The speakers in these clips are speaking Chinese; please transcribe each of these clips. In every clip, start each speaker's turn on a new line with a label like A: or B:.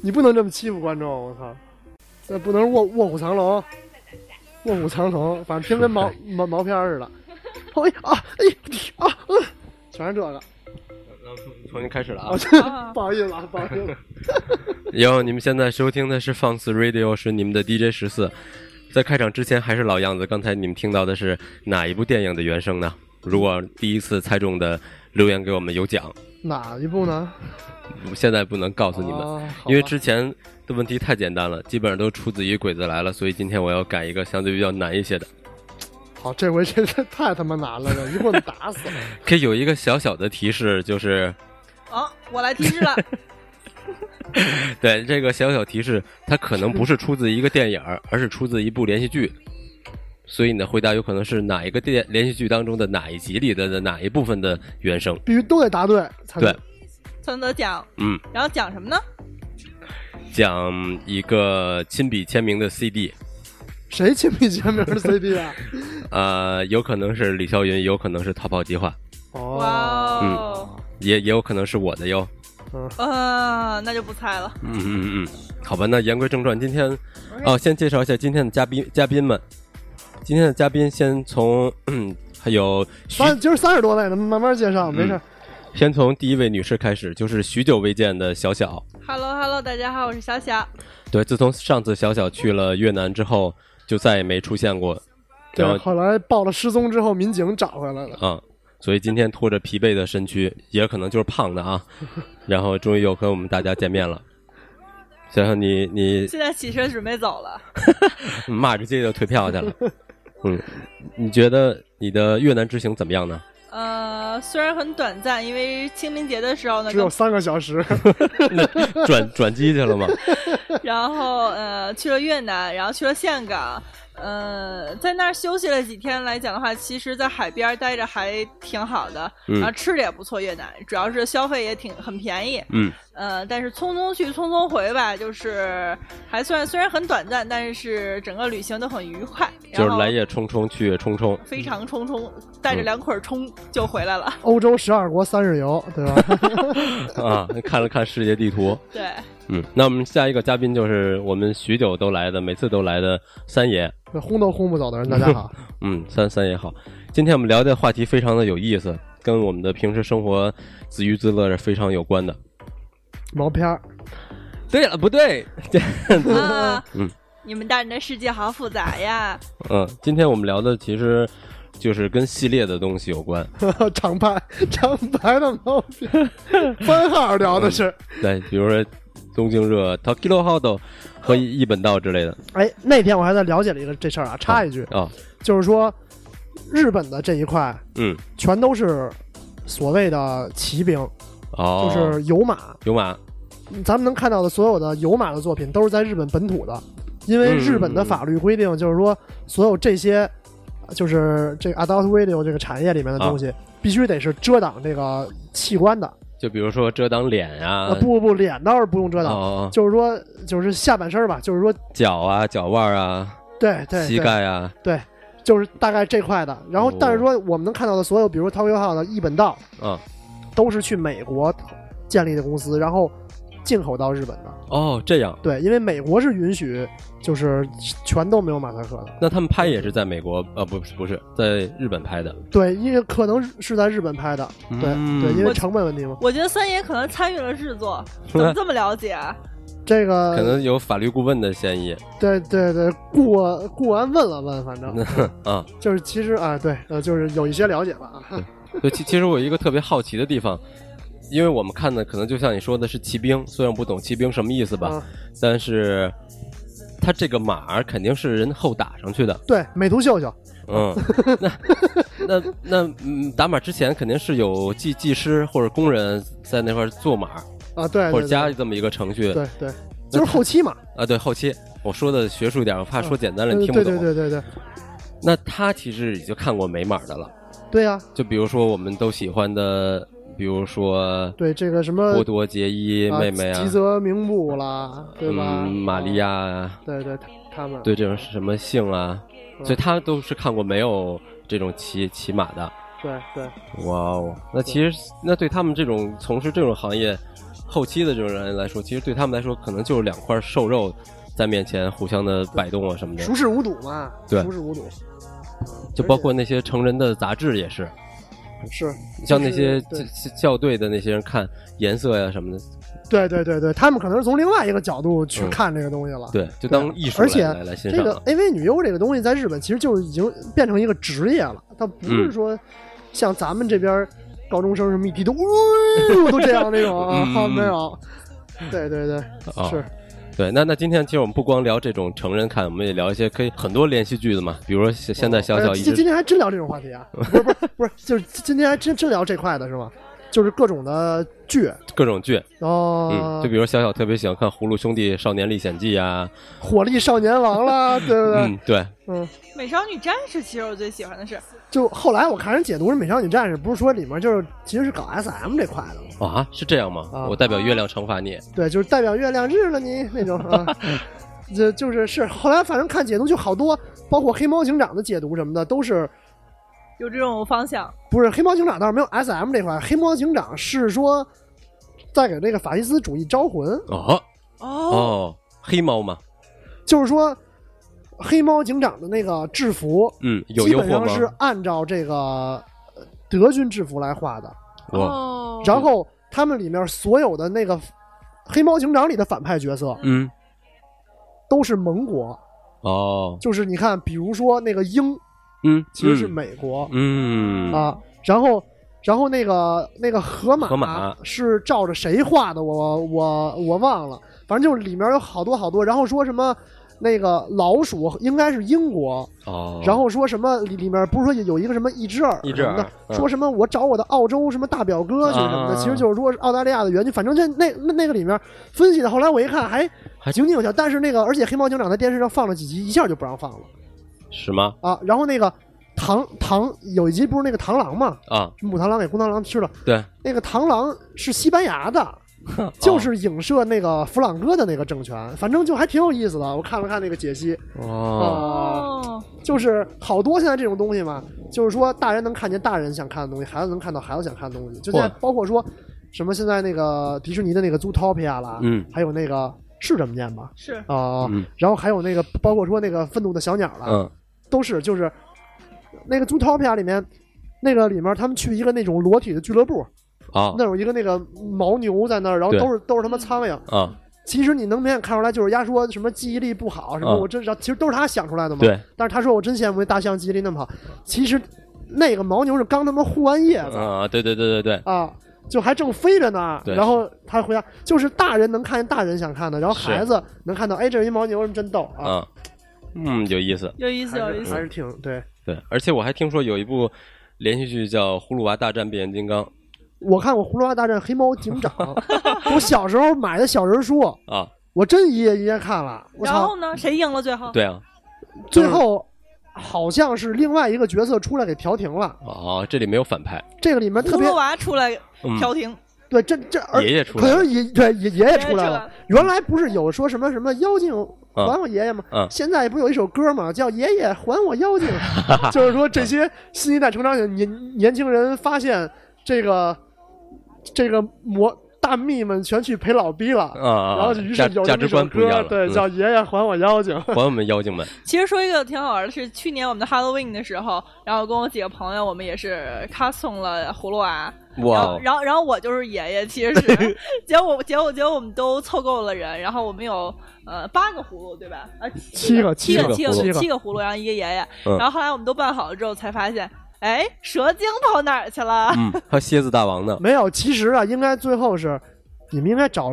A: 你不能这么欺负观众，我操！这不能卧卧虎藏龙，卧虎藏龙，反正听跟毛毛毛片儿似 的。哎啊，哎啊，嗯，全是这个。
B: 那我重重新开始了啊
A: 啊，！这 不好意思啊，不好意思。
B: 哟，你们现在收听的是放肆 Radio，是你们的 DJ 十四。在开场之前还是老样子，刚才你们听到的是哪一部电影的原声呢？如果第一次猜中的留言给我们有奖，
A: 哪一部呢？
B: 现在不能告诉你们，
A: 啊好吧
B: 因为之前的问题太简单了，基本上都出自于《鬼子来了》，所以今天我要改一个相对比较难一些的，
A: 好，这回这这太他妈难了，这一棍子打死了。
B: 可以有一个小小的提示，就是
C: 啊，我来提示了，
B: 对这个小小提示，它可能不是出自一个电影儿，而是出自一部连续剧。所以你的回答有可能是哪一个电连续剧当中的哪一集里的的哪一部分的原声？
A: 必须都得答对才能
B: 对。
C: 才能得奖。
B: 嗯，
C: 然后讲什么呢？
B: 讲一个亲笔签名的 CD，
A: 谁亲笔签名儿 CD 啊？
B: 呃，有可能是李霄云，有可能是逃跑计划，
C: 哇
A: 哦，
C: 哦，
B: 也也有可能是我的哟。
C: 呃，那就不猜了。
B: 嗯嗯嗯，好吧，那言归正传，今天哦，先介绍一下今天的嘉宾嘉宾们。今天的嘉宾先从嗯，还有徐
A: 三今儿三十多位呢，慢慢介绍，没
B: 嗯
A: 事儿。
B: 先从第一位女士开始，就是许久未见的小小。
C: h e l l o h e l l o 大家好，我是小小。
B: 对，自从上次小小去了越南之后，就再也没出现过。然
A: 对，
B: 后
A: 后来报了失踪之后，民警找回来了。
B: 啊、所以今天拖着疲惫的身躯，也可能就是胖的 啊，然后终于又和我们大家见面了。小小，你你
C: 现在起身准备走了。
B: 骂着街就退票 去了。嗯，你觉得你的越南之行怎么样呢？
C: 呃，虽然很短暂，因为清明节的时候呢，
A: 只有
C: 跟
A: 三个小时，
B: 那转转机去了 吗？
C: 然后呃去了越南，然后去了岘港，呃，在那儿休息了几天来讲的话，其实，在海边待着还挺好的，
B: 嗯
C: 然后吃的也不错，越南主要是消费也挺很便宜，
B: 嗯，
C: 呃，但是匆匆去匆匆回吧，就是还算虽然很短暂，但是整个旅行都很愉快，然
B: 就是
C: 后
B: 来也嗯冲冲，去也冲冲。
C: 非常冲冲，带着两捆冲就回来了，
A: 欧洲十二国三日游，对吧？
B: 啊，看了看世界地图，
C: 对，
B: 嗯，那我们下一个嘉宾就是我们许久都来的，每次都来的三爷。
A: 轰都轰不走的人，大家 好。
B: 嗯，三三爷好。今天我们聊的话题非常的有意思，跟我们的平时生活自娱自乐是非常有关的。
A: 毛片儿，
B: 对了，不对，
C: 啊，
B: 嗯
C: 你们大人的世界好复杂呀，
B: 嗯，今天我们聊的其实就是跟系列的东西有关。
A: 厂牌厂牌的毛片儿，番号聊的 是。
B: 对，比如说东京热、Tokyo h o d o 和一本道之类的。
A: 哎，那天我还在了解了一个这事儿啊，插一句，
B: 啊、哦，
A: 就是说日本的这一块
B: 嗯，
A: 全都是所谓的骑兵，
B: 哦，
A: 就是游马。
B: 有马，
A: 咱们能看到的所有的游马的作品都是在日本本土的，因为
B: 嗯
A: 日本的法律规定，就是说所有这些，就是这个 adult video 这个产业里面的东
B: 啊
A: 西，必须得是遮挡这个器官的。
B: 就比如说遮挡脸啊，
A: 啊，不不不，脸倒是不用遮
B: 哦
A: 挡，
B: 哦，
A: 就是说就是下半身吧，就是说
B: 脚啊，脚腕啊，
A: 对对
B: 膝，盖啊，
A: 对就是大概这块的。然后
B: 哦
A: 但是说我们能看到的所有，比如 Tokyo h o 的一本道，
B: 嗯，
A: 都是去美国建立的公司，然后进口到日本的。
B: 哦，这样。
A: 对，因为美国是允许，就是全都没有马赛克的。
B: 那他们拍也是在美国，呃，不是不是，在日本拍的。
A: 对，因为可能是在日本拍的，对、
B: 嗯
A: 对，因为
C: 我
A: 成本问题嘛。
C: 我觉得三爷可能参与了制作，怎么这么了解啊？
A: 这
B: 可
A: 个
B: 能有法律顾问的嫌疑。
A: 对对对，顾我顾完问了问， 反正
B: 啊，
A: 就是其实啊，对，呃，就是有一些了解吧啊。
B: 就其其实我有一个特别好奇的地方，因为我们看的可能就像你说的是骑兵，虽然不懂骑兵什么意思吧，
A: 啊
B: 但是他这个马儿肯定是人后打上去的。
A: 对，美图秀秀，
B: 嗯， 那那那嗯，打马之前肯定是有技技师或者工人在那块儿做马，
A: 啊，对，对
B: 或者
A: 对
B: 加这么一个程序。
A: 对对，就是后期嘛，
B: 啊，对，后期我说的学术一点，我怕说简单了、
A: 嗯
B: 你听不
A: 对
B: 懂。
A: 对对对对，
B: 那他其实已经看过美码的了，
A: 对啊呀，
B: 就比如说我们都喜欢的，比如说
A: 对这个什么
B: 波多结衣
A: 啊
B: 妹妹啊
A: 吉，泽明步啦，对吧？
B: 嗯，玛利亚啊，
A: 对对，他他们
B: 对这种什么姓啊，
A: 嗯
B: 所以他都是看过没有这种骑骑马的。
A: 对对，
B: 哇哦，那其实那对他们这种从事这种行业后期的这种人来说，其实对他们来说可能就是两块瘦肉在面前互相的摆动啊什么的
A: 熟，视无睹嘛，
B: 对
A: 熟视无睹，
B: 就包括那些成人的杂志也是，
A: 是
B: 像那些
A: 就是
B: 校校队的那些人看颜色呀什么的，
A: 对对对对，他们可能是从另外一个角度去
B: 嗯
A: 看这个东西了。
B: 对，就当艺术
A: 而且
B: 来来来欣
A: 这
B: 赏啊
A: 个
B: 了。
A: AV 女优这个东西在日本其实就已经变成一个职业了，它不是
B: 嗯
A: 说像咱们这边儿高中生什么一提都呜都这样那种啊，
B: 嗯
A: 啊没有。对对对，
B: 哦
A: 是
B: 对，那那今天其实我们不光聊这种成人看，我们也聊一些可以很多连续剧的嘛，比如说现现在小
A: 哎
B: 小一
A: 今今
B: 直
A: 天还真聊这种话题啊？不是不是不是，就是今天还真真聊这块的是吗？就是各种的剧，
B: 各种剧，
A: 然后、
B: 嗯，就比如小小特别喜欢看《葫芦兄弟少年历险记》啊，
A: 火力少年王》啦，对不对？
B: 嗯，对，
A: 嗯
C: 美少女战士其实我最喜欢的是，
A: 就后来我看人解读是《美少女战士》，不是说里面就是其实是搞 SM 这块的吗？
B: 啊，是这样吗？
A: 啊
B: 我代表月亮惩罚你。
A: 对，就是代表月亮日了你那种 啊，这就是是后来反正看解读就好多，包括黑猫警长的解读什么的都是。
C: 有这种方向，
A: 不是黑猫警长倒是没有 S M 这块，黑猫警长是说在给那个法西斯主义招魂，
B: 哦
C: 哦，
B: 哦，黑猫嘛，
A: 就是说黑猫警长的那个制服
B: 嗯，有
A: 基
B: 诱
A: 本
B: 惑
A: 上是
B: 吗？
A: 按照这个呃德军制服来画的，
B: 哇，
C: 哦，
A: 然后他们里面所有的那个黑猫警长里的反派角色
B: 嗯，
A: 都是盟国，
B: 哦，
A: 就是你看，比如说那个鹰
B: 嗯，
A: 其实是
B: 嗯
A: 美国、
B: 嗯
A: 啊，然后。然后那个那个河马
B: 河马
A: 是照着谁画的？我我我忘了，反正就是里面有好多好多。然后说什么那个老鼠应该是英国，
B: 哦，
A: 然后说什么里里面不是说有一个什么一只耳
B: 一只
A: 什么的
B: 耳，嗯
A: 说什么我找我的澳洲什么大表哥去什么的，
B: 啊
A: 其实就是说是澳大利亚的原因。反正这那那那个里面分析的，后来我一看还
B: 还
A: 井井有条。但是那个而且黑猫警长在电视上放了几集，一下就不让放了
B: 是吗？
A: 啊。然后那个螳螳有一集不是那个螳螂嘛，
B: 啊，
A: 母螳螂给公螳螂吃了，
B: 对，
A: 那个螳螂是西班牙的。
B: 哦
A: 就是影射那个弗朗哥的那个政权，反正就还挺有意思的。我看了看那个解析，
B: 哦，
A: 啊、
C: 哦，
A: 就是好多现在这种东西嘛，就是说大人能看见大人想看的东西，孩子能看到孩子想看的东西。就现在
B: 嚯
A: 包括说什么现在那个迪士尼的那个 Zootopia 啦，
B: 嗯
A: 还有那个是这么念吧？
C: 是
A: 啊、
B: 嗯
A: 然后还有那个包括说那个愤怒的小鸟啦，
B: 嗯，
A: 都是就是那个 Zootopia 里面。那个里面，他们去一个那种裸体的俱乐部，
B: 啊
A: 那有一个那个牦牛在那儿，然后
B: 对
A: 都是都是他妈苍蝇。
B: 啊，
A: 其实你能明显看出来，就是丫说什么记忆力不好什么，
B: 嗯
A: 我真知道，其实都是他想出来的嘛。
B: 对，
A: 但是他说我真羡慕那大象记忆力那么好。其实那个牦牛是刚他妈护完叶子、
B: 啊，对对对对对，
A: 啊，就还正飞着呢。
B: 对
A: 然后他回答，就是大人能看见大人想看的，然后
B: 是
A: 孩子能看到，哎，这是一牦牛，真逗啊！
B: 啊，嗯，有意思，
C: 有意思，有
A: 还
C: 意
A: 是
C: 思
A: 还，是挺对。
B: 对，而且我还听说有一部连续剧叫《葫芦娃大战变形金刚》
A: 我看过《葫芦娃大战黑猫警长》，我小时候买的小人书，
B: 啊，
A: 我真一页一页看了。我
C: 然
A: 操
C: 后！呢，谁赢了最
A: 哦
C: 后？
B: 对啊，
A: 最后好像是另外一个角色出来给调停了。
B: 哦，这里没有反派，
A: 这个里面特
C: 葫
A: 别
C: 芦娃出来
B: 嗯，
C: 调停，
A: 对，这这而
B: 爷爷出来
A: 可能是爷对爷爷爷
C: 爷
A: 出来
C: 出
A: 了
C: 来。
A: 原来不是有说什么什么妖精还我爷爷吗？
B: 嗯
A: 现在不有一首歌吗？叫《爷爷还我妖 精》，就是说这些新一代成长的年年轻人发现这个这个魔大蜜们全去陪老逼了。
B: 啊，
A: 然后就于是
B: 价
A: 有
B: 价
A: 这
B: 值
A: 么一首
B: 观不一
A: 歌
B: 样，了，
A: 对，
B: 嗯
A: 叫《爷爷还我妖精》。
B: 还我们 妖精们，
C: 其实说一个挺好玩的是，去年我们的 Halloween 的时候，然后跟我几个朋友，我们也是 custom 了葫芦娃，然
B: 哇哦
C: 后，然后然后我就是爷 爷，其实是，结果结果结果我们都凑够了人，然后我们有呃八个葫芦对吧？啊，
A: 七个
C: 七
B: 七个
C: 七个
A: 葫芦
C: 七个葫芦，然后一个爷爷，
B: 嗯
C: 然后后来我们都办好了之后才发现，哎，蛇精跑哪儿去了？
B: 嗯，还有蝎子大王呢，
A: 没有，其实啊，应该最后是你们应该找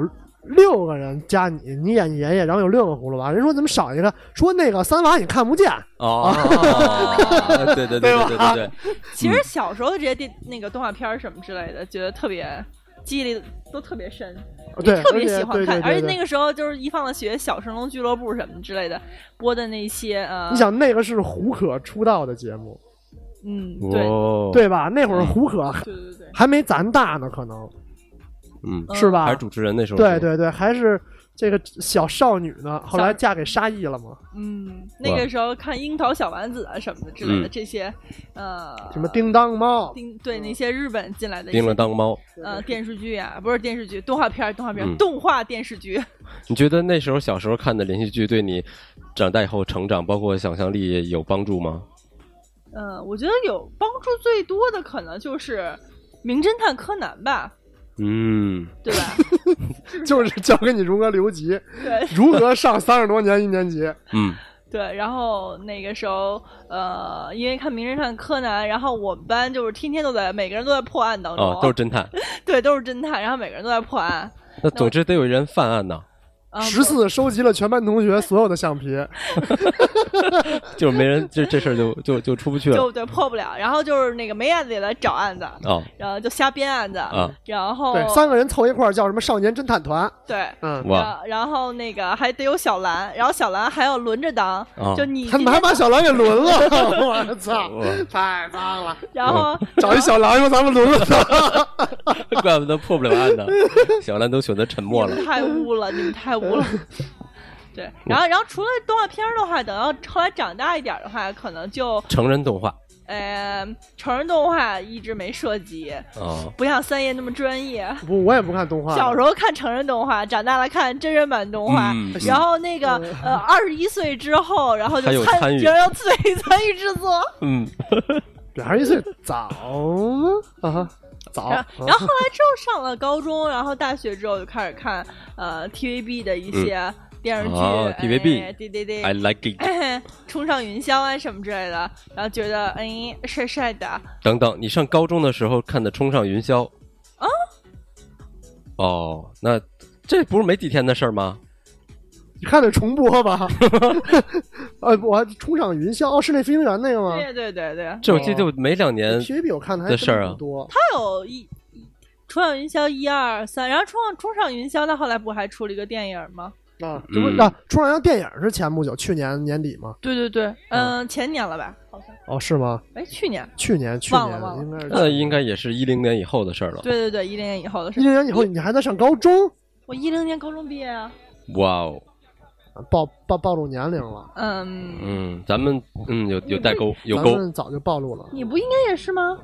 A: 六个人加你，你演爷爷，然后有六个葫芦娃。人说怎么少一个？说那个三娃你看不见，
B: 哦，对
A: 啊
B: 对对对对对对，
C: 其实小时候的这些电那个动画片儿什么之类的，觉得特别记忆力都特别深，
A: 对，
C: 特别喜
A: 而
C: 欢
A: 且对对
C: 看。
A: 对
C: 而且
A: 对
C: 那个时候就是一放了学，小神龙俱乐部什么之类的播的那些呃
A: 你，想那个是胡可出道的节目，
C: 嗯，对
B: 哦，，
A: 对吧？那会儿胡可还
C: 对对对，
A: 还没咱大呢，可能
B: 嗯，
C: 嗯
A: 是吧？
B: 还是主持人那时候，
A: 对，对对，还是这个小少女呢，后来
C: 小
A: 嫁给沙溢了嘛？
C: 嗯，那个时候看《樱桃小丸子》啊什么的之类的
B: 嗯
C: 这些呃
A: 什么啊叮当猫，
C: 叮对那些日本进来的一些
B: 叮了当猫。
C: 呃电视剧啊，不是电视剧，动画片儿，动画片儿，
B: 嗯
C: 动画电视剧。
B: 你觉得那时候小时候看的连续剧对你长大以后成长，包括想象力有帮助吗？
C: 呃，我觉得有帮助最多的可能就是《名侦探柯南》吧，
B: 嗯，
C: 对吧？
A: 就是教给你如何留级，
C: 对
A: 如何上三十多年一年级。
B: 嗯，
C: 对，然后那个时候，呃，因为看《名侦探柯南》，然后我们班就是天天都在，每个人都在破案当中，
B: 哦，都是侦 探。
C: 对，都是侦探，然后每个人都在破案。
B: 那总之得有人犯案呢，
C: 呃
A: 十，四收集了全班同学所有的橡皮，
B: 就是没人，这这事儿就就就出不去
C: 不
B: 了
C: 就对破不了，然后就是那个没案子也来找案子，
B: 啊。
C: 然后就瞎编案子，
B: 啊
C: 然后
A: 对，三个人凑一块儿叫什么少年侦探团？
C: 对
A: 嗯，
B: 哇，
C: 然然后那个还得有小兰，然后小兰还要轮着当，
B: 啊
C: 就你
A: 他
C: 今
A: 们还
C: 天，
A: 把小狼给轮了， 我操， 太脏了！
C: 然后
B: 嗯
A: 找一小狼，让咱们轮了 他。
B: 怪不得破不了案呢。 小兰都选择沉默了
C: 你。们太污了，你们太 污了。对，然后然后除了动画片儿的话，等到后来长大一点儿的话，可能就
B: 成人动画
C: 呃成人动画一直没涉及，
B: 啊，
C: 不像三爷那么专业。
A: 不，我也不看动画。
C: 小时候看成人动画，长大了看真人版动画，
B: 嗯
C: 然后那个呃，二十一岁之后，然后
B: 还有
C: 就参
B: 参与
C: 然后自己参与制作，
B: 嗯，
A: 俩人一岁早吗？啊哈，早。嗯
C: 然
B: 嗯
C: 后然后后来之后上了高中，然后大学之后就开始看呃 TVB 的一些电视剧，
B: 哦
C: 哎
B: TVB
C: 对对对
B: I like it。
C: 冲上云霄啊什么之类的，然后觉得哎帅帅的，
B: 等等，你上高中的时候看的《冲上云霄》
C: 啊？
B: 哦，那这不是没几天的事儿吗？
A: 你看的重播 吧？呃，我还冲上云霄，哦，是那飞行员那个
B: 嗯
A: 吗
C: 对对对对，
B: 这我记得就没两年，
A: ？TVB 我看的还
B: 的事儿
A: 真
B: 啊
A: 不多。
C: 他有一。一冲上云霄一二三，然后冲上冲上云霄，他后来不还出了一个电影吗？
A: 啊，
B: 嗯
A: 这不啊，冲上阳电影是前不久，去年年底吗？
C: 对对对，嗯、前年了吧？好像，
A: 哦，是吗？
C: 哎，去年。
A: 去年，去
C: 忘
A: 年
C: 了忘了
A: 应该是
B: 那应该也是一零年以后的事儿了。
C: 对对对，一零年以后的
A: 一
C: 事。
A: 零年以后，你还在上高中，
C: 我一零年高中毕业啊。
B: 哇哦，
A: 啊暴暴暴露年龄了，
C: 嗯，
B: 嗯，咱们嗯有有代沟，有
A: 咱
B: 沟，
A: 们早就暴露了。
C: 你不应该也是吗？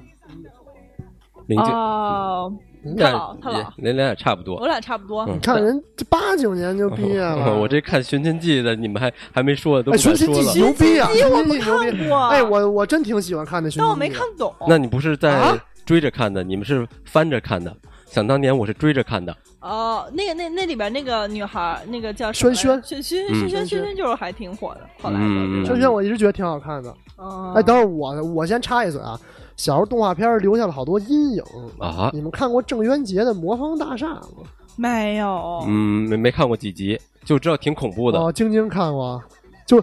B: 零九
C: 哦，
B: 应
C: 太
B: 该
C: 老太老
B: 也连俩也差不
C: 我
B: 多。
C: 俩差不多。
B: 嗯
A: 你看人这八九年就毕业了，
B: 我这看《寻亲记》的，你们还还没说，都
A: 哎
B: 不
A: 《寻
B: 敢
A: 秦
B: 说
A: 记
B: 了》。
A: 牛逼啊！《
C: 寻秦记
A: 寻
C: 我
A: 秦记牛
C: 不》看
A: 逼。
C: 过
A: 哎，我我真挺喜欢看那《寻秦记》，
C: 但我没看懂。
B: 那你不是在
A: 啊
B: 追着看的？你们是翻着看的？想当年我是追着看的，
C: 哦，那个那那里边那个女孩儿，那个叫什么来着
B: 嗯
C: 轩轩轩轩
A: 轩
C: 轩轩，就是还挺火的，后来的。
B: 嗯，
A: 轩轩，我一直觉得挺好看的。
C: 嗯
A: 哎，等会儿我我先插一嘴啊，小时候动画片留下了好多阴影
B: 啊
A: 你们看过郑渊洁的《魔方大厦》吗？
C: 没有，
B: 嗯，没没看过几集，就知道挺恐怖的。
A: 哦，晶晶看过，就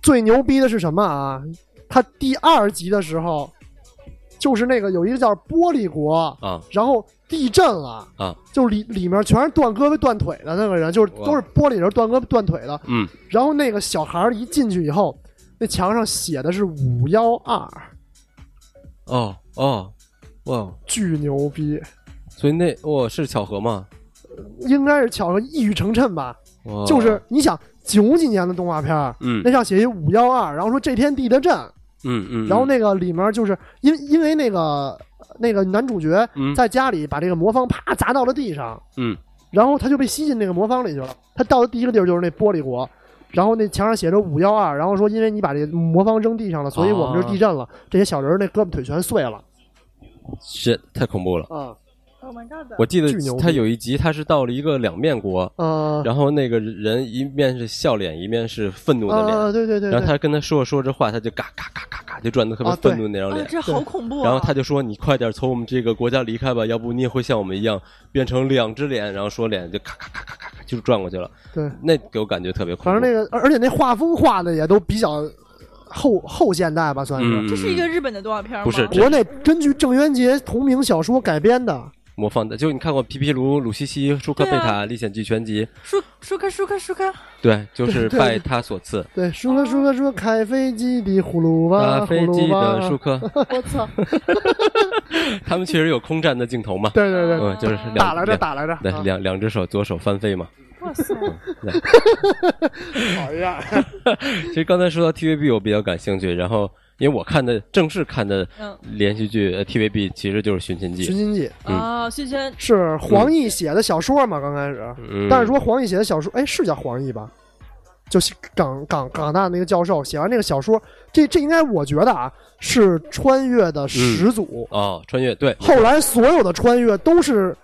A: 最牛逼的是什么啊？他第二集的时候，就是那个有一个叫玻璃国，
B: 啊
A: 然后地震了
B: 啊，
A: 就里里面全是断胳膊断腿的那个人，就是
B: 哇
A: 都是玻璃人断胳膊断腿的。
B: 嗯，
A: 然后那个小孩儿一进去以后，那墙上写的是五幺二，
B: 哦哦，哇，
A: 巨牛逼，
B: 所以那哦是巧合吗？
A: 应该是巧合一语成谶吧？
B: 哇哦
A: 就是你想九几年的动画片儿。
B: 嗯
A: 那上写一五幺二，然后说这天地的震，
B: 嗯嗯，
A: 然后那个里面就是因为因为那个呃那个男主角
B: 嗯
A: 在家里把这个魔方啪砸到了地上，
B: 嗯，
A: 然后他就被吸进那个魔方里去了。他到的第一个地儿就是那玻璃国，然后那墙上写着五幺二，然后说因为你把这魔方扔地上了，所以我们这地震了，这些小人儿那胳膊腿全碎了
B: 是太恐怖了。
A: 啊
C: Oh my god！
B: 我记得
A: 巨牛逼
B: 他有一集，他是到了一个两面国，
A: 啊
B: 然后那个人一面是笑脸，一面是愤怒的脸，
A: 啊！对对对
B: 然
A: 对，
B: 后他跟他说着说着话，他就嘎嘎嘎嘎嘎就转的特别
A: 啊对
B: 愤怒那张
C: 啊
B: 脸，，
C: 这好恐怖啊！
B: 然后他就说你快点从我们这个国家离开吧，要不你也会像我们一样变成两只脸，然后说脸就咔咔咔咔咔咔就转过去了，
A: 对，
B: 那给我感觉特别恐怖。
A: 反正那个而而且那画风画的也都比较后后现代吧，算是。
B: 嗯，
C: 这是一个日本的动画片吗？
B: 不是这
A: 国内根据郑渊洁同名小说改编的，
B: 模仿的，就是你看过皮皮鲁、鲁西西、舒克贝塔《历险记全集》，
C: 舒舒克舒克舒克，
B: 对，就是
A: 对
B: 拜他所赐。
A: 对，舒克舒克说开飞机的葫芦娃，
B: 搭嗯啊飞机的舒
A: 啊葫芦
B: 克，
A: 娃，我操！
B: 他们确实有空战的镜头嘛，
A: 对对对，
B: 嗯，就是两
A: 打来着
B: 两
A: 打来着，
B: 对，
A: 啊
B: 两两只手，左手翻飞嘛。
C: 哇塞，
A: 讨厌，
B: 其实刚才说到 TVB，我比较感兴趣。然后，因为我看的正式看的
C: 嗯
B: 连续剧、呃 TVB 其实就是《寻秦记
A: 寻》。秦记
B: 嗯
C: 啊，轩轩，
A: 是黄奕写的小说嘛？刚开始，
B: 嗯，
A: 但是说黄奕写的小说，哎，是叫黄奕吧？就是港港港大那个教授写完这个小说，这这应该我觉得啊是穿越
B: 嗯
A: 的始祖。
B: 哦，穿越对，
A: 后来所有的穿越都是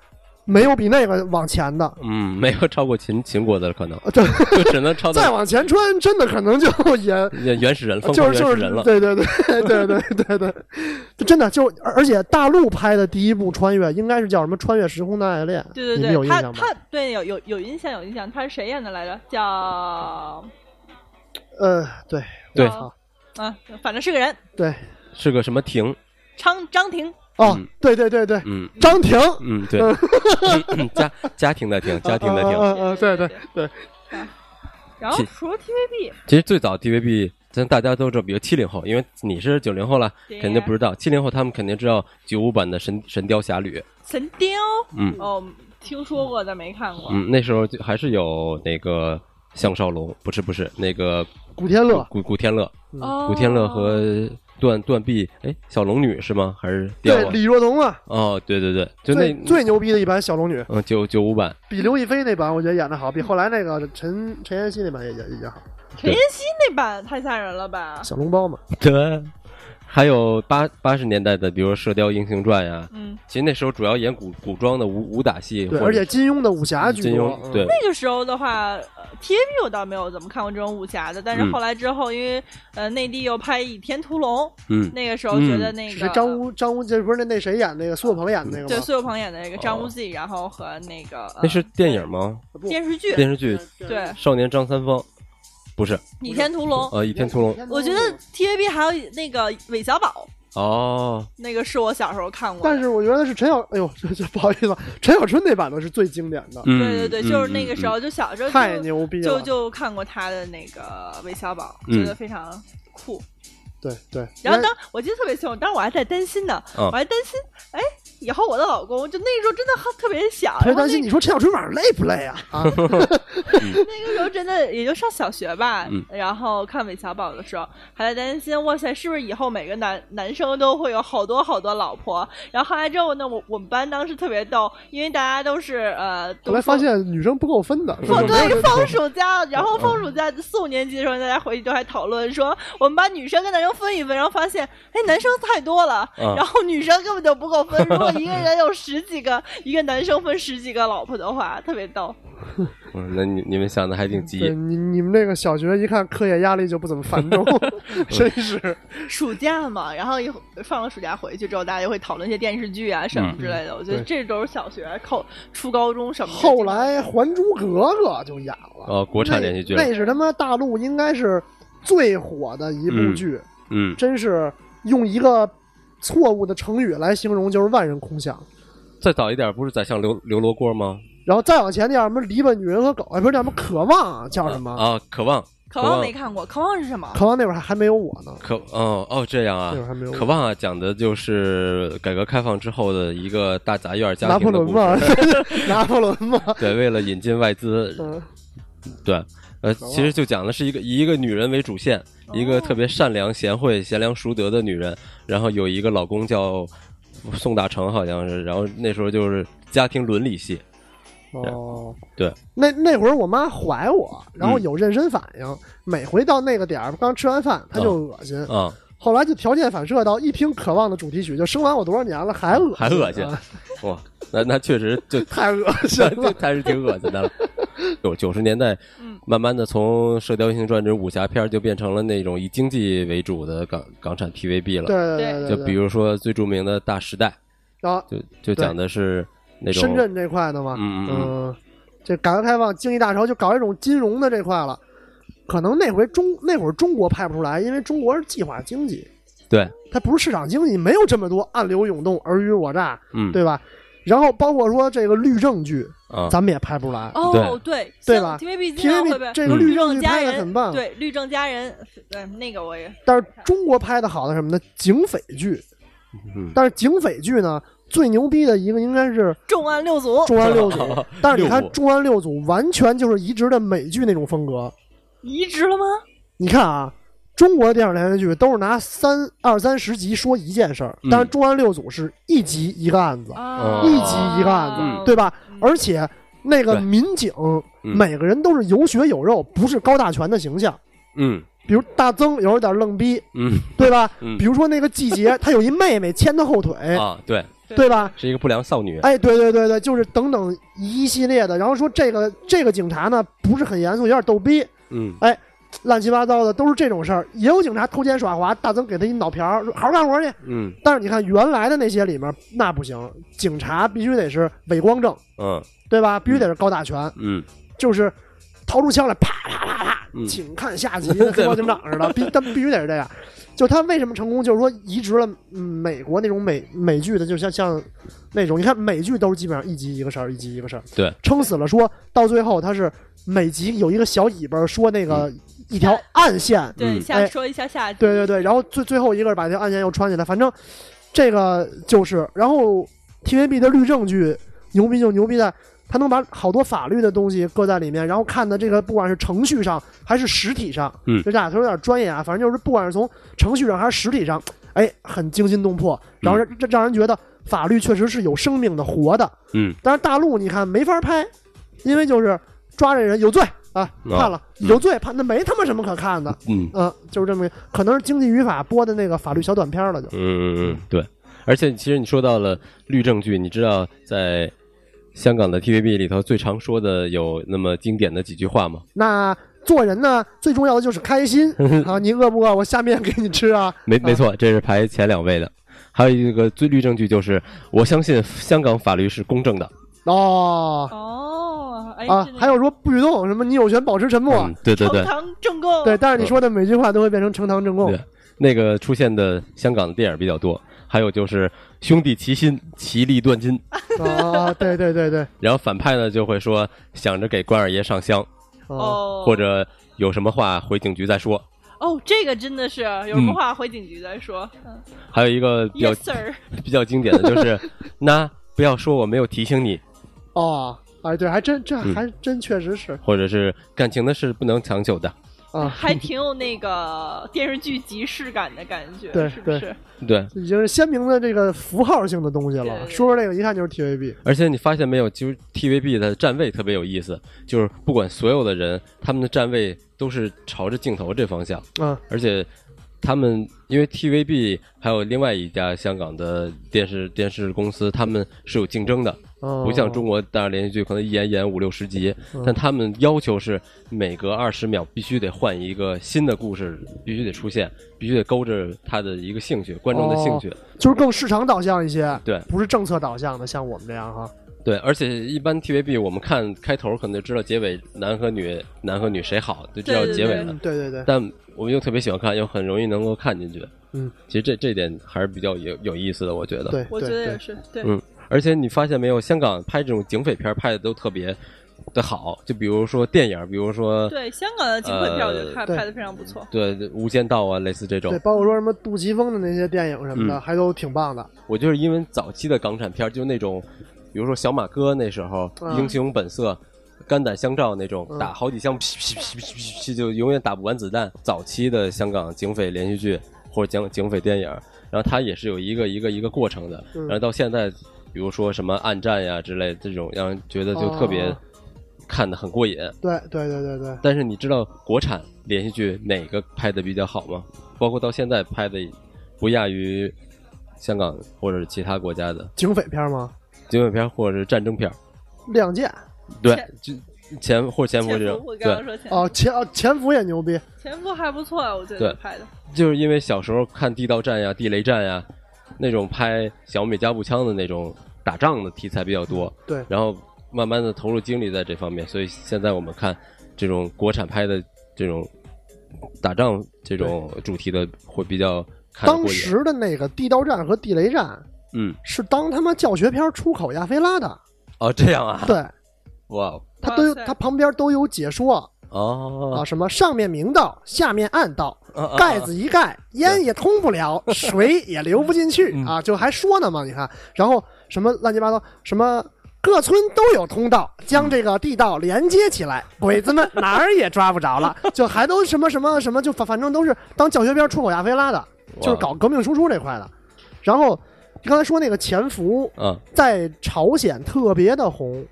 A: 没有比那个往前的，
B: 嗯，没有超过秦秦国的 可能，
A: 这
B: 就只能超
A: 再
B: 到
A: 往前穿真的可能就也
B: 原始人，疯
A: 就
B: 狂
A: 是
B: 原
A: 就
B: 始
A: 是
B: 人了。
A: 对对对对对对对，就真的就而而且大陆拍的第一部穿越应该是叫什么《穿越时空的爱恋》，
C: 对
A: 你
C: 对
A: 们有
C: 对，
A: 印
C: 他
A: 象吗？
C: 他对有有有印象有印象，他是谁演的来着？叫
A: 呃，对
B: 对
A: 操
C: 啊，反正是个人，
A: 对，
B: 是个什么亭？
C: 张张庭，
A: 哦
B: 嗯，
A: 对对对对，
B: 嗯
A: 张庭，
B: 嗯， 对，家家庭的庭，家庭的庭。
A: 嗯嗯，对对对，
C: 啊然后
B: 其
C: 除了 TVB，
B: 其实最早 TVB，咱大家都知道，比如七零后，因为你是九零后了，
C: 对呀
B: 肯定不知道。七零后他们肯定知道九五版的神《神雕侠侣》。
C: 《神雕》
B: 嗯
C: 哦，听说过但没看过。
B: 嗯，那时候就还是有那个项少龙，不是不是那个
A: 古天乐，
B: 古古天乐，
C: 哦，
B: 古嗯天乐和段段碧，哎，小龙女是吗？还是雕
A: 对
B: 啊？
A: 李若彤啊，
B: 哦，对对对，就那
A: 最最牛逼的一版小龙女，
B: 嗯九九五版，
A: 比刘亦菲那版我觉得演的好，比后来那个陈陈妍希那版也也也好，
C: 陈妍希那版太吓人了吧？
A: 小笼包嘛，
B: 对，还有八八十年代的，比如《射雕英雄传》呀，
C: 嗯，
B: 其实那时候主要演古古装的武武打戏，
A: 对，
B: 或者
A: 而且金庸的武侠居
B: 金
A: 多
B: 庸，
A: 嗯
B: 对，
C: 那个时候的话呃，TVB 我倒没有怎么看过这种武侠的，但是
B: 嗯
C: 后来之后，因为呃内地又拍《倚天屠龙》，
B: 嗯，
C: 那个时候觉得
B: 嗯
C: 那
A: 谁
C: 个
A: 张无张无忌不是那那谁演那个苏有朋演的那个
C: 对
A: 吗？
C: 苏有朋演的那个张无
B: 哦
C: 忌，然后和那个呃
B: 那是电影吗？
C: 电视剧
B: 电视剧《
C: 对《
B: 少年张三丰》不是，
C: 倚天屠龙》。
B: 呃，《倚天屠龙》
C: 我觉得
A: 嗯
C: TVB 还有那个韦小宝，
B: 哦，
C: 那个是我小时候看过的。
A: 但是我觉得是陈小，哎呦，这这不好意思，啊，陈小春那版的是最经典的，
B: 嗯，
C: 对对
B: 嗯
C: 对，就是那个时，候，
B: 嗯
C: 就小时候 就
A: 太牛逼
C: 就
A: 了，
C: 就看过他的那个韦小宝，
B: 嗯
C: 觉得非常酷。
A: 对对。
C: 然后当我记得特别清楚，当时我还在担心呢，
B: 嗯
C: 我还担心，哎，以后我的老公就那个时候真的很特别小，
A: 特别
C: 然后
A: 担心，你说陈小春晚上累不累啊？ 啊，
C: 那个时候真的也就上小学吧，
B: 嗯
C: 然后看韦小宝的时候，还在担心，哇塞，是不是以后每个男男生都会有好多好多老婆？然后后来之后呢，我我们班当时特别逗，因为大家都是呃，
A: 后来
C: 都说
A: 发现女生不够分的，是吧
C: 放对放暑假，然后放暑假四五年级的时候，大家回去都还讨论说，我们把女生跟男生分一分，然后发现，哎，男生太多了，
B: 嗯
C: 然后女生根本就不够分。如果一个人有十几个，一个男生分十几个老婆的话，特别逗。
B: 嗯，那你你们想的还挺急
A: 对，你你们这个小学一看课业压力就不怎么繁 重，真是。
C: 暑假嘛， 然后一会放了暑假回去之后，大家就会讨论一些电视剧啊什
B: 嗯
C: 么之类的。我觉得
A: 对
C: 这都是小学、后初高中什么的。
A: 后来《还珠格格》就演了，
B: 哦，国产连续剧了
A: 那，那是他妈大陆应该是最火的一部剧，
B: 嗯，
A: 真是用一个错误的成语来形容，就是万人空巷。
B: 再早一点不是宰相刘刘罗锅吗？
A: 然后再往前叫什么篱笆女人和狗，哎，不是叫什么渴望啊，叫什么？
B: 啊，渴望，
C: 渴望没看过，渴望是什么？
A: 渴望那会儿还还没有我呢，
B: 渴哦哦这样啊
A: 那会儿还没有，
B: 渴望啊讲的就是改革开放之后的一个大杂院家
A: 拿破
B: 庭的
A: 仑
B: 故
A: 嘛
B: 事。，
A: 拿破仑嘛，
B: 对，为了引进外资，
A: 嗯，
B: 对，呃，
A: 啊
B: 其实就讲的是一个以一个女人为主线，一
A: 哦
B: 个特别善良、贤惠、贤良淑德的女人，然后有一个老公叫宋大成，好像是，然后那时候就是家庭伦理戏，
A: 哦，
B: 对，
A: 那那会儿我妈怀我，然后
B: 嗯
A: 有妊娠反应，每回到那个点儿，刚吃完饭她就恶心，
B: 啊、
A: 后来就条件反射到一听《渴望》的主题曲，就生完我多少年了还恶心
B: 还恶心
A: 啊
B: 哇，那那确实 就
A: 太恶心
B: 这
A: 了。
B: 还是挺恶心的了。九九十年代
C: 嗯，
B: 慢慢的从《射雕英雄传》这种武侠片儿就变成了那种以经济为主的港港产 TVB 了。
A: 对
C: 对
A: 对
B: 就
A: 对，
B: 比如说最著名的《大时代
A: 然后》，
B: 就就讲的是那种
A: 深圳这块的嘛，
B: 嗯嗯
A: 嗯，这改革开放经济大潮就搞这种金融的这块了。可能那回中那会儿中国拍不出来，因为中国是计划经济，
B: 对，
A: 它不是市场经济，没有这么多暗流涌动、尔虞我诈，
B: 嗯，
A: 对吧？然后包括说这个律政剧，
B: 啊，
A: 咱们也拍不出来。
C: 哦，对
A: 对
C: 像
A: 吧
C: TVB 经常会
A: TVB
C: 被
A: 这个
B: 嗯
A: 律
C: 政
A: 剧
C: 佳
A: 拍的
C: 人
A: 很棒，
C: 对律政佳人，对那个我也
A: 但是中国拍的好的是什么呢？警匪剧。
B: 嗯
A: 但是警匪剧呢，最牛逼的一个应该 是
C: 重案六组
A: 《重案六组》，但是你看
B: 六
A: 《
B: 组
A: 重案六组》完全就是移植的美剧那种风格。
C: 移植了吗？
A: 你看啊，中国电视连续剧都是拿三二三十集说一件事儿，
B: 嗯
A: 但是《重案六组》是一集一个案子，
B: 哦
C: 啊
A: 一集一个案子，
B: 嗯
A: 对吧
C: 嗯？
A: 而且那个
B: 对
A: 民警、
B: 嗯
A: 每个人都是有血有肉，不是高大全的形象。
B: 嗯
A: 比如大曾有点愣逼，
B: 嗯
A: 对吧？
B: 嗯
A: 比如说那个季 节，他有一妹妹牵他后腿，
B: 啊，对，
A: 对吧？
B: 是一个不良少女，
A: 哎，对对对对，就是等等一系列的。然后说这个这个警察呢不是很严肃，有点逗逼，
B: 嗯
A: 乱七八糟的都是这种事儿。也有警察偷奸耍滑，大曾给他一脑瓢儿，说好好干活去。
B: 嗯
A: 但是你看原来的那些里面那不行，警察必须得是伪光正，
B: 嗯
A: 对吧？必须得是高大全，
B: 嗯
A: 就是掏出枪来啪啪啪啪，
B: 嗯
A: 请看下 集，跟黑帮警长似的，必他必须得是这样。就他为什么成功，就是说移植了嗯美国那种美美剧的，就像像那种，你看美剧都是基本上一集一个事儿，一集一个事儿，
B: 对，
A: 撑死了说到最后，他是每集有一个小尾巴说那个一条暗线，
C: 对
B: 嗯
C: 下
A: 哎
C: 说一下下集
A: 对对对，然后最最后一个把这个暗线又穿起来，反正这个就是，然后 TVB 的律政剧牛逼就牛逼在，它能把好多法律的东西搁在里面，然后看的这个不管是程序上还是实体上，
B: 嗯
A: 就这俩词儿有点专业啊，反正就是不管是从程序上还是实体上，哎，很惊心动魄，然后让让让人觉得法律确实是有生命的、活的。
B: 嗯，
A: 但是大陆你看没法拍，因为就是抓这人有罪啊，判了、有罪判，那没他妈什么可看的。
B: 嗯
A: 嗯，就是这么一个，可能是经济语法播的那个法律小短片了就，
B: 嗯嗯，对。而且其实你说到了律政剧，你知道在香港的 TVB 里头最常说的有那么经典的几句话吗？
A: 那做人呢，最重要的就是开 心啊！你饿不饿？我下面给你吃啊！
B: 没没错，这是排前两位的。还有一个最律政剧就是，我相信香港法律是公正的。
A: 哦
C: 哦，哎
A: 啊，还有说不许动，什么你有权保持沉默，
B: 嗯，对对对
C: 呈，堂证供
A: 对。但是你说的每句话都会变成呈堂证供
B: 对。那个出现的香港的电影比较多，还有就是兄弟齐心，其利断金。
A: 啊，对对对对，
B: 然后反派呢就会说想着给关二爷上香，
A: 啊，
C: 哦，
B: 或者有什么话回警局再说。
C: 哦，这个真的是有什么话回警局再说。嗯
B: 还有一个嗯比较
C: yes sir，
B: 比较经典的就是， 那不要说我没有提醒你，
A: 哦，哎，对，还真这
B: 嗯
A: 还真确实是
B: 或者是感情的事不能强求的。
A: 啊，
C: 还挺有那个电视剧即视感的感觉，
A: 对
C: 是不是？
B: 对，
A: 已经是鲜明的这个符号性的东西
C: 对对
A: 了。
C: 对
A: 说说这个，一看就是 TVB
B: 而且你发现没有，就是 TVB 的站位特别有意思，就是不管所有的人，他们的站位都是朝着镜头这方向，
A: 啊，
B: 而且他们因为 TVB 还有另外一家香港的电视电视公司，他们是有竞争的，
A: 哦
B: 不像中国大连续剧可能一演演五六十集，
C: 嗯
B: 但他们要求是每隔二十秒必须得换一个新的故事，必须得出现，必须得勾着他的一个兴趣，观众的兴
C: 哦
B: 趣。
A: 就是更市场导向一些，
B: 对
A: 不是政策导向的，像我们这样哈。
B: 对，而且一般 TVB 我们看开头可能就知道结尾男和女，男和女谁好就知道
C: 对对
B: 结尾了，
A: 嗯，对对对，
B: 但我们又特别喜欢看，又很容易能够看进去。
A: 嗯，
B: 其实这这点还是比较有有意思的，我觉得。
A: 对，
C: 我觉
A: 对
C: 得也
A: 对
C: 是， 对，
B: 嗯，而且你发现没有，香港拍这种警匪片儿拍的都特别的好，就比如说电影，比如说
C: 对，香港的警匪片我觉得拍
A: 呃
C: 拍的非常不错。
B: 对《无间道》啊，类似这
A: 对，
B: 种。
A: 包括说什么杜琪峰的那些电影什么的，
B: 嗯
A: 还都挺棒的。
B: 我就是因为早期的港产片儿，就那种，比如说小马哥那时候，
A: 嗯
B: 英雄本色》。肝胆相照那种，
A: 嗯
B: 打好几枪，噼噼噼噼噼噼，就永远打不完子弹。早期的香港警匪连续剧或者警警匪电影儿，然后它也是有一个一个一个过程的。
A: 嗯
B: 然后到现在，比如说什么暗战呀之类这种，让人觉得就特别
A: 哦
B: 看的很过瘾。
A: 对对对对对，
B: 但是你知道国产连续剧哪个拍的比较好吗？包括到现在拍的，不亚于香港或者其他国家的
A: 警匪片吗？
B: 警匪片或者是战争片。
A: 亮剑
B: 对
C: 前，
B: 就前或者前
C: 前
B: 夫这
C: 夫
B: 种，
C: 我刚
B: 对，
C: 刚说前
A: 哦，潜哦潜伏也牛逼，
C: 前夫还不错，啊我觉
B: 对
C: 得拍的。
B: 就是因为小时候看地道战呀、地雷战呀，那种拍小米加步枪的那种打仗的题材比较多，
A: 对，
B: 然后慢慢的投入精力在这方面，所以现在我们看这种国产拍的这种打仗这种主题的会比较看得
A: 当
B: 过瘾。
A: 时的那个地道战和地雷战
B: 嗯，
A: 是当他妈教学片出口亚非拉的，
B: 哦，这样啊，
A: 对
B: 哇哦
A: 他都有
C: 哇塞
A: 他旁边都有解说啊，
B: 哦，
A: 什么上面明道，下面暗道，
B: 啊啊
A: 盖子一盖，烟也通不 了，水也流不进去
B: 嗯
A: 啊，就还说呢嘛，你看，然后什么乱七八糟，什么各村都有通道，将这个地道连接起 来，鬼子们哪儿也抓不着了，就还都什么什么什么，就反反正都是当教学片出口亚非拉的，就是搞革命输出这块的。然后你刚才说那个潜伏
B: 嗯，
A: 在朝鲜特别的红，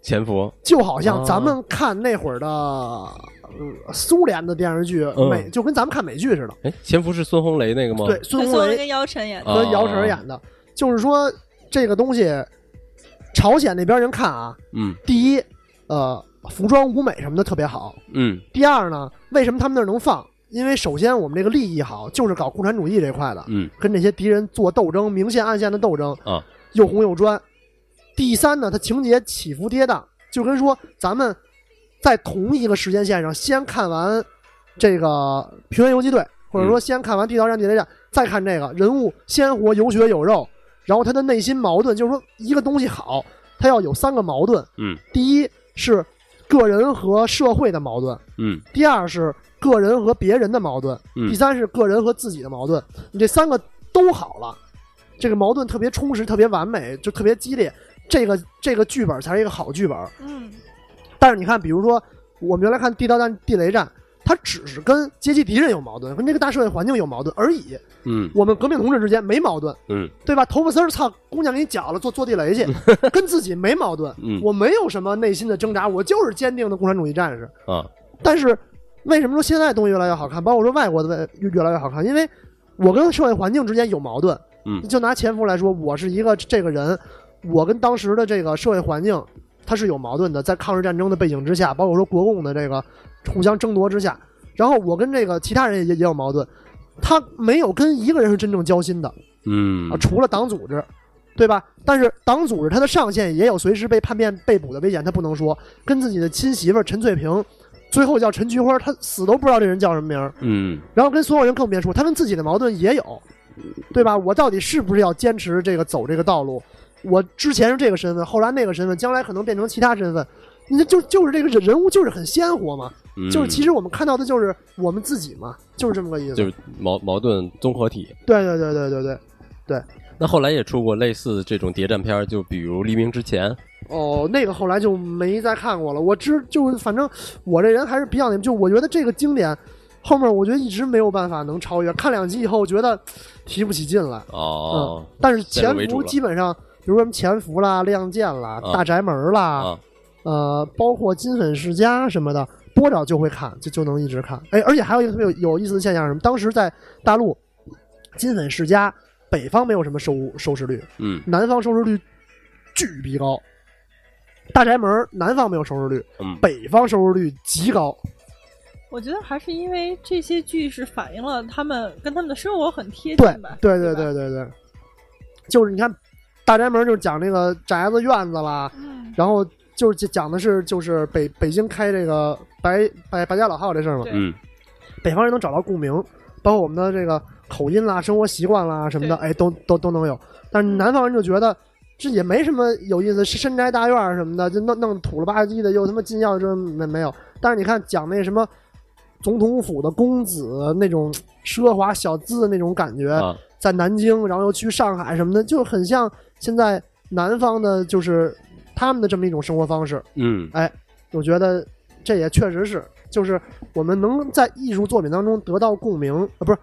B: 潜伏，
A: 就好像
B: 哦
A: 咱们看那会儿的、呃苏联的电视剧，
B: 嗯
A: 美就跟咱们看美剧似的。
B: 哎，潜伏是孙红雷那个吗？
A: 对，孙
C: 孙
A: 红
C: 红雷
A: 雷
C: 跟姚晨演的，
B: 啊
A: 和姚晨演的，就是说这个东西，朝鲜那边人看啊，
B: 嗯
A: 第一，呃，服装舞美什么的特别好；
B: 嗯
A: 第二呢，为什么他们那儿能放？因为首先我们这个利益好，就是搞共产主义这块的，
B: 嗯
A: 跟这些敌人做斗争，明线暗线的斗争，
B: 啊，
A: 又红又专。第三呢，它情节起伏跌宕，就跟说咱们在同一个时间线上，先看完这个《平原游击队》，或者说先看完《地道战地雷战》，再看这个人物鲜活、有血有肉，然后他的内心矛盾，就是说一个东西好，它要有三个矛盾：
B: 嗯
A: 第一是个人和社会的矛盾，
B: 嗯
A: 第二是个人和别人的矛盾，
B: 嗯
A: 第三是个人和自己的矛盾。你这三个都好了，这个矛盾特别充实，特别完美，就特别激烈。这个这个剧本才是一个好剧本。
C: 嗯，
A: 但是你看，比如说我们原来看《地道战地雷战》，它只是跟阶级敌人有矛盾，跟这个大社会环境有矛盾而已。
B: 嗯
A: 我们革命同志之间没矛盾，
B: 嗯
A: 对吧？头发丝儿，操，姑娘给你绞了，做做地雷去，跟自己没矛盾。
B: 嗯
A: 我没有什么内心的挣扎，我就是坚定的共产主义战士。
B: 啊，
A: 但是为什么说现在东西越来越好看，包括说外国的越越来越好看？因为我跟社会环境之间有矛盾。
B: 嗯
A: 就拿前夫来说，我是一个这个人，我跟当时的这个社会环境它是有矛盾的，在抗日战争的背景之下，包括说国共的这个互相争夺之下，然后我跟这个其他人也也有矛盾，他没有跟一个人是真正交心的。
B: 嗯
A: 啊，除了党组织，对吧？但是党组织它的上线也有随时被叛变被捕的危险，他不能说跟自己的亲媳妇儿陈翠萍，最后叫陈菊花，他死都不知道这人叫什么名儿，
B: 嗯
A: 然后跟所有人更别说，他跟自己的矛盾也有，对吧？我到底是不是要坚持这个走这个道路？我之前是这个身份，后来那个身份，将来可能变成其他身份，那就就是这个人人物就是很鲜活嘛，
B: 嗯，
A: 就是其实我们看到的就是我们自己嘛，就是这么个意思。
B: 就是矛矛盾综合体。
A: 对对对对对对。
B: 那后来也出过类似这种谍战片儿，就比如《黎明之前》
A: 哦，那个后来就没再看过了。我知就是反正我这人还是比较那，就我觉得这个经典后面我觉得一直没有办法能超越。看两集以后觉得提不起劲来。
B: 哦
A: 嗯，但是
B: 先入
A: 潜
B: 为主
A: 伏
B: 了
A: 基本上，比如什么潜伏啦、亮剑啦、
B: 啊
A: 大宅门啦，
B: 啊
A: 呃，包括金粉世家什么的，多少就会看，就就能一直看。哎，而且还有一个特别有有意思的现象是什么？当时在大陆，金粉世家北方没有什么收收视率，
B: 嗯
A: 南方收视率巨逼高。大宅门南方没有收视率，
B: 嗯
A: 北方收视率极高。
C: 我觉得还是因为这些剧是反映了他们跟他们的生活很贴
A: 对
C: 近吧，，
A: 对
C: 对
A: 对
C: 吧
A: 对对对，就是你看，大宅门就是讲这个宅子院子啦，
C: 嗯，
A: 然后就是讲的是就是北北京开这个白白白家老号这事儿嘛，
C: 对
B: 嗯
A: 北方人能找到共鸣，包括我们的这个口音啦、生活习惯啦什么的，
C: 对
A: 哎，都都都能有。但是南方人就觉得这也没什么有意思，深宅大院儿什么的，就弄弄土了吧唧的，又他妈禁药，这没没有。但是你看讲那什么总统府的公子那种奢华小资的那种感觉，
B: 啊
A: 在南京，然后又去上海什么的，就很像现在南方的，就是他们的这么一种生活方式。
B: 嗯
A: 哎我觉得这也确实是，就是我们能在艺术作品当中得到共鸣，呃，不是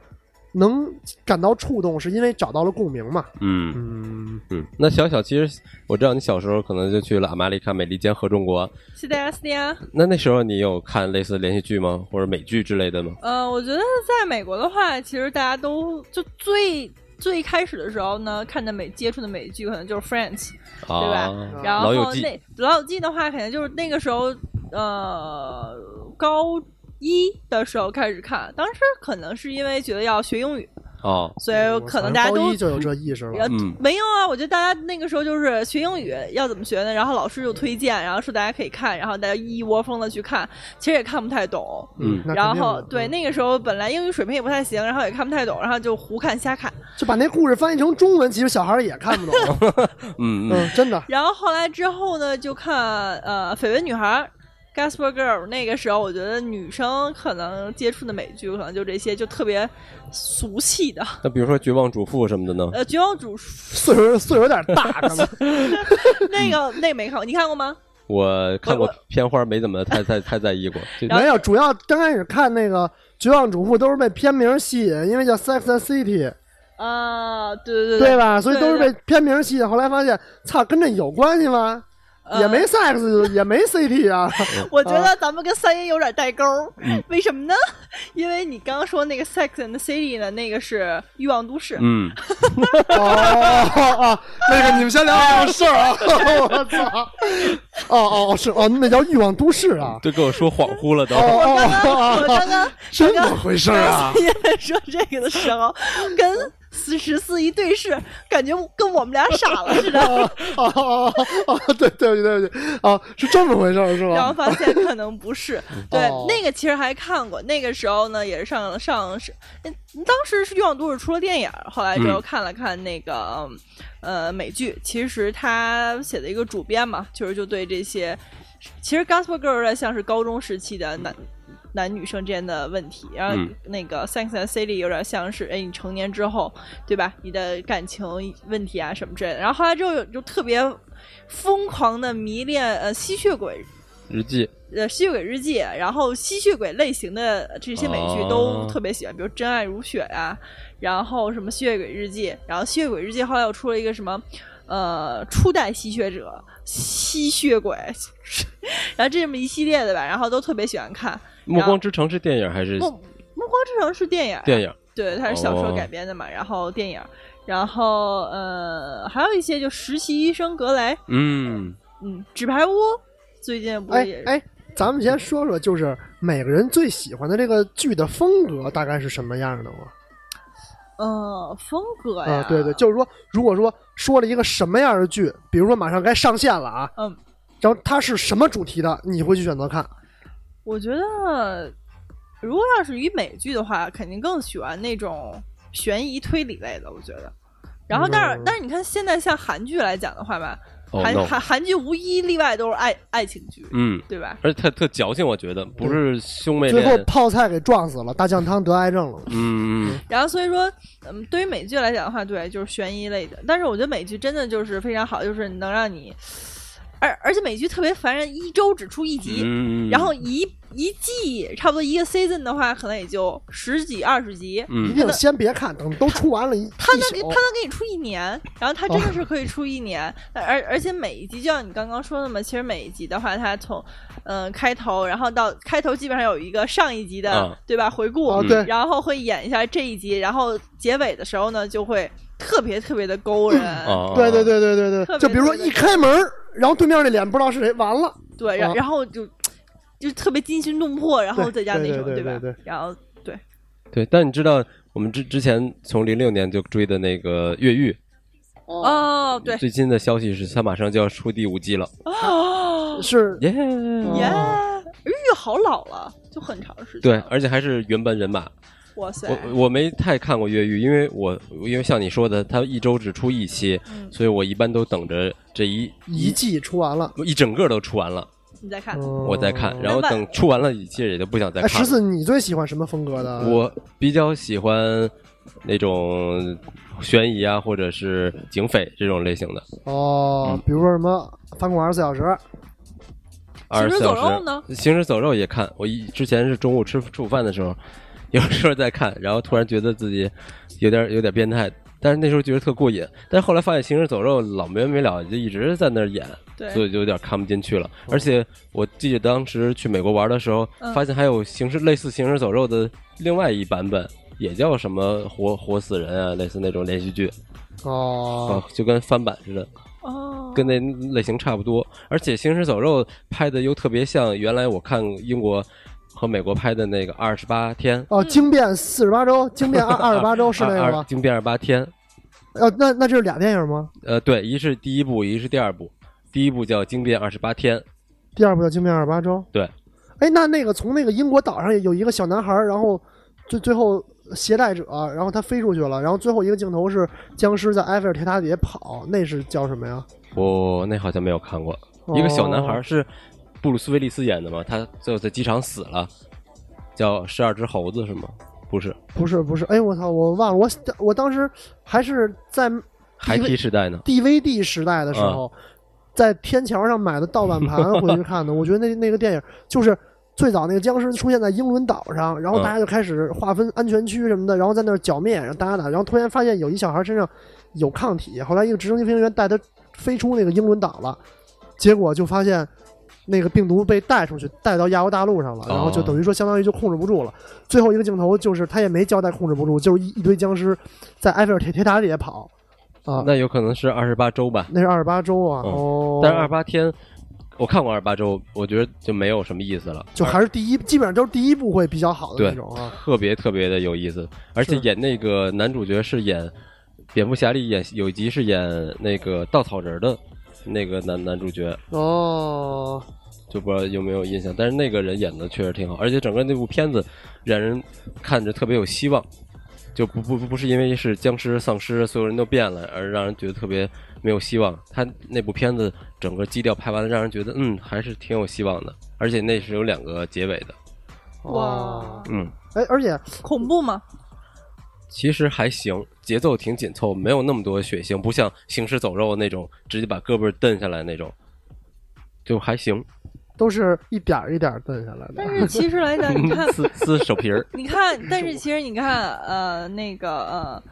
A: 能感到触动，是因为找到了共鸣嘛。
B: 嗯
A: 嗯，
B: 嗯。那小小其实我知道你小时候可能就去了阿玛利看《美利坚合众国》，
C: 是的呀，是的呀。
B: 那那时候你有看类似的连续剧吗？或者美剧之类的吗？
C: 呃，我觉得在美国的话，其实大家都就最最开始的时候呢，看的美接触的美剧可能就是 Friends，
B: 啊，
C: 对吧
A: 嗯
C: 然
B: 老
C: 后那
B: 友记
C: 老友记的话，可能就是那个时候呃高一的时候开始看，当时可能是因为觉得要学英语，
B: 啊、哦，
C: 所以可能大家
A: 我高
C: 都
A: 一就有这意识了。
C: 呃
B: 嗯
C: 没有啊，我觉得大家那个时候就是学英语要怎么学呢？然后老师就推荐，然后说大家可以看，然后大家一窝蜂的去看，其实也看不太懂。
B: 嗯
A: 那
C: 然
A: 肯定
C: 后
A: 的
C: 对
A: 嗯
C: 那个时候本来英语水平也不太行，然后也看不太懂，然后就胡看瞎看。
A: 就把那故事翻译成中文，其实小孩儿也看不懂。
B: 嗯嗯
A: 嗯，真的，
C: 然后后来之后呢，就看呃《绯闻女孩》。Gasper Girl 那个时候，我觉得女生可能接触的美剧可能就这些，就特别俗气的。
B: 那比如说《绝望主妇》什么的呢？
C: 呃，《绝望主妇》
A: 岁数岁数有点大，可能
C: 那个那个没看过，你看过吗？
B: 我看过
C: 我
B: 片花，没怎么太太太在意 过。这
A: 没有。主要刚开始看那个《绝望主妇》都是被片名吸引，因为叫《Sex and City》，
C: 啊，对对
A: 对吧？所以
C: 对
A: 都是
C: 对
A: 被片名吸引。后来发现，操，跟这有关系吗？
C: 呃
A: 也没 sex，也没 CT 啊。嗯
C: 我觉得咱们跟三爷有点代沟儿，为什么呢？因为你刚刚说那个《Sex and the City》呢，那个是《欲望都市》
B: 嗯，
A: 哦哦哦，那个你们先聊聊这个事儿 啊！我操！哦哦是哦，那叫欲望都市啊！
B: 这给我说恍惚了都
A: 哦。哦
C: 刚刚
A: 哦
C: 我
A: 哦，
C: 刚刚
A: 真怎么回事儿啊？
C: 三爷 说这个的时候，跟四十四一对视，感觉跟我们俩傻了似的。
A: 哦哦哦哦，对对不起对不起，哦，是这么回事儿是
C: 然后
A: 吧？
C: 发现可能 不是，对
A: 哦
C: 那个其实还看过，那个时候呢也是上上是，嗯当时是欲望都市出了电影儿，后来就
B: 嗯
C: 看了看那个、嗯呃美剧，其实他写的一个主编嘛，就是就对这些，其实 Gospel Girl 有点像是高中时期的男。男女生之间的问题，然后
B: 嗯
C: 那个 Sex and the City 有点像是，哎，你成年之后，对吧？你的感情问题啊什么之类的。然后后来之后有就特别疯狂的迷恋呃吸血鬼
B: 日记，
C: 呃吸血鬼日记，然后吸血鬼类型的这些美剧都
B: 哦
C: 特别喜欢，比如《真爱如血》啊，然后什么《吸血鬼日记》，然后《吸血鬼日记》后来又出了一个什么。呃，初代吸血者、吸血鬼， 然后这么一系列的吧，然后都特别喜欢看。
B: 《暮光之城》是电影还是
C: 暮暮光之城是电影，
B: 电影？
C: 对，它是小说改编的嘛，然后电影，然后呃，还有一些就实习医生格雷，
B: 嗯，
C: 嗯，纸牌屋最近不
A: 哎
C: 是也
A: 哎，咱们先说说，就是每个人最喜欢的这个剧的风格大概是什么样的吗？
C: 呃风格呀，
A: 啊，对对，就是说，如果说说了一个什么样的剧，比如说马上该上线了啊，
C: 嗯，
A: 然后它是什么主题的，你会去选择看？
C: 我觉得如果要是以美剧的话，肯定更喜欢那种悬疑推理类的，我觉得。然后，但是
A: 嗯
C: 但是你看现在像韩剧来讲的话吧，
B: 哦
C: 韩
B: no
C: 韩韩剧无一例外都是爱爱情剧，
B: 嗯，
C: 对吧？
B: 而且特特矫情，我觉得不是兄妹
A: 最后
B: 恋。
A: 泡菜给撞死了，大酱汤得癌症了。
B: 嗯嗯
C: 然后所以说，嗯，对于美剧来讲的话，对，就是悬疑类的。但是我觉得美剧真的就是非常好，就是能让你，而而且美剧特别烦人，一周只出 一集，
B: 嗯，
C: 然后一一季差不多一个 season 的话，可能也就十几二十集。
A: 一
B: 嗯
A: 定先别看，等都出完了，一
C: 他
A: 一
C: 能给
A: 宿
C: 他能给你出一年，然后他真的是可以出一年，而而且每一集就像你刚刚说的嘛，其实每一集的话，它从嗯、呃开头，然后到开头基本上有一个上一集的、
B: 嗯
C: 对吧回顾、
A: 啊，
B: 嗯
A: 对，
C: 然后会演一下这一集，然后结尾的时候呢就会特别特别的勾人，
B: 哦，
A: 对对对对对对，
C: 特别
A: 就比如说一开门儿，然后对面那脸不知道是谁，完了，
C: 对，然、
A: 啊
C: 然后就就特别惊心动魄，然后
A: 对
C: 再加那
A: 对
C: 种
A: 对对
C: 吧
A: 对对
C: 然后
B: 对。但你知道，我们之之前从零六年就追的那个《越狱
C: 哦》，对
B: 嗯最新的消息是它马上就要出第五季了。
C: 哦
A: 是
B: 耶
C: 耶，
A: 耶
C: 玉好老了，就很长时间，
B: 对，，而且还是原班人马。
C: 哇塞，
B: 我我没太看过《越狱》，因为我因为像你说的，它一周只出一期，
C: 嗯
B: 所以我一般都等着这一
A: 一季出完了，
B: 一整个都出完了，
C: 你再看。
A: 我
B: 我再看。然
C: 那
B: 后
C: 万
B: 等出完了，其实也就不想再
A: 哎，
B: 看
A: 十
B: 了。
A: 四，你最喜欢什么风格的？
B: 我比较喜欢那种悬疑啊，或者是警匪这种类型的。嗯
A: 哦，比如说什么翻滚二十四小时，
B: 二十四
C: 行尸走肉
B: 小
C: 呢
B: 时，行尸走肉也看。我一之前是中午吃吃午饭的时候，有时候在看，然后突然觉得自己有点有点变态，但是那时候觉得特过瘾。但是后来发现行尸走肉老没完没了，就一直在那儿演，
C: 对
B: 所以就有点看不进去了。而且我记得当时去美国玩的时候，
C: 嗯
B: 发现还有行尸类似行尸走肉的另外一版本。也叫什么活活死人啊，类似那种连续剧
A: 哦
B: 啊，，就跟翻版似的。
C: 哦，
B: 跟那类型差不多，而且《行尸走肉》拍的又特别像原来我看英国和美国拍的那个《二十八天》
A: 哦，惊变四十八 周，惊变二二十八周是那
B: 嗯二
A: 个
B: 二
A: 吗？
B: 惊变二十八天》。
A: 哦，那那这是俩电影吗？
B: 呃，对，一是第一部，一是第二部。第一部叫《惊变二十八天》，
A: 第二部叫《惊变二十八周》。
B: 对，
A: 哎，那那个从那个英国岛上也有一个小男孩儿，然后最最后携带者，然后他飞出去了，然后最后一个镜头是僵尸在埃菲尔铁塔底下跑，那是叫什么呀？
B: 我、那好像没有看过。一个小男孩
A: 哦
B: 儿是布鲁斯威利斯演的嘛，他最后在机场死了，叫十二只猴子是吗？不是，
A: 不是不是，哎我操，我忘了，我我当时还是在
B: 孩提时代呢。
A: DVD 时代的时候，在天桥上买的盗版盘回去看的。我觉得那那个电影就是最早那个僵尸出现在英伦岛上，然后
B: 嗯
A: 大家就开始划分安全区什么的，然后在那儿剿灭，然后大家打，然后突然发现有一小孩身上有抗体，后来一个直升机飞行员带他飞出那个英伦岛了，结果就发现。那个病毒被带出去，带到亚欧大陆上了，然后就
B: 哦
A: 等于说相当于就控制不住了。最后一个镜头就是他也没交代控制不住，就是一一堆僵尸在埃菲尔铁铁塔底下跑，啊，
B: 那有可能是二十八周吧，
A: 那是二十八周啊，
B: 嗯
A: 哦，
B: 但是二十八天，我看过二十八周，我觉得就没有什么意思了，
A: 就还是第一，基本上都是第一部会比较好的
B: 对
A: 那种啊。
B: 特别特别的有意思，而且
A: 是
B: 演那个男主角是演蝙蝠侠里演有一集是演那个稻草人的那个男男主角，
A: 哦，
B: 就不知道有没有印象，但是那个人演的确实挺好，而且整个那部片子让人看着特别有希望，就不不不是因为是僵尸丧尸所有人都变了而让人觉得特别没有希望。他那部片子整个基调拍完了，让人觉得嗯还是挺有希望的，而且那是有两个结尾的，
A: 哦
C: 哇，，
B: 嗯，
A: 哎，而且
C: 恐怖吗？
B: 其实还行，节奏挺紧凑，没有那么多血腥，不像行尸走肉那种直接把胳膊蹬下来那种，就还行，，
A: 都是一点儿一点儿蹬下来的
C: 但。是其实 来讲， 你看
B: 撕撕手 皮儿，
C: 你看，但是其实你看，呃，那个呃，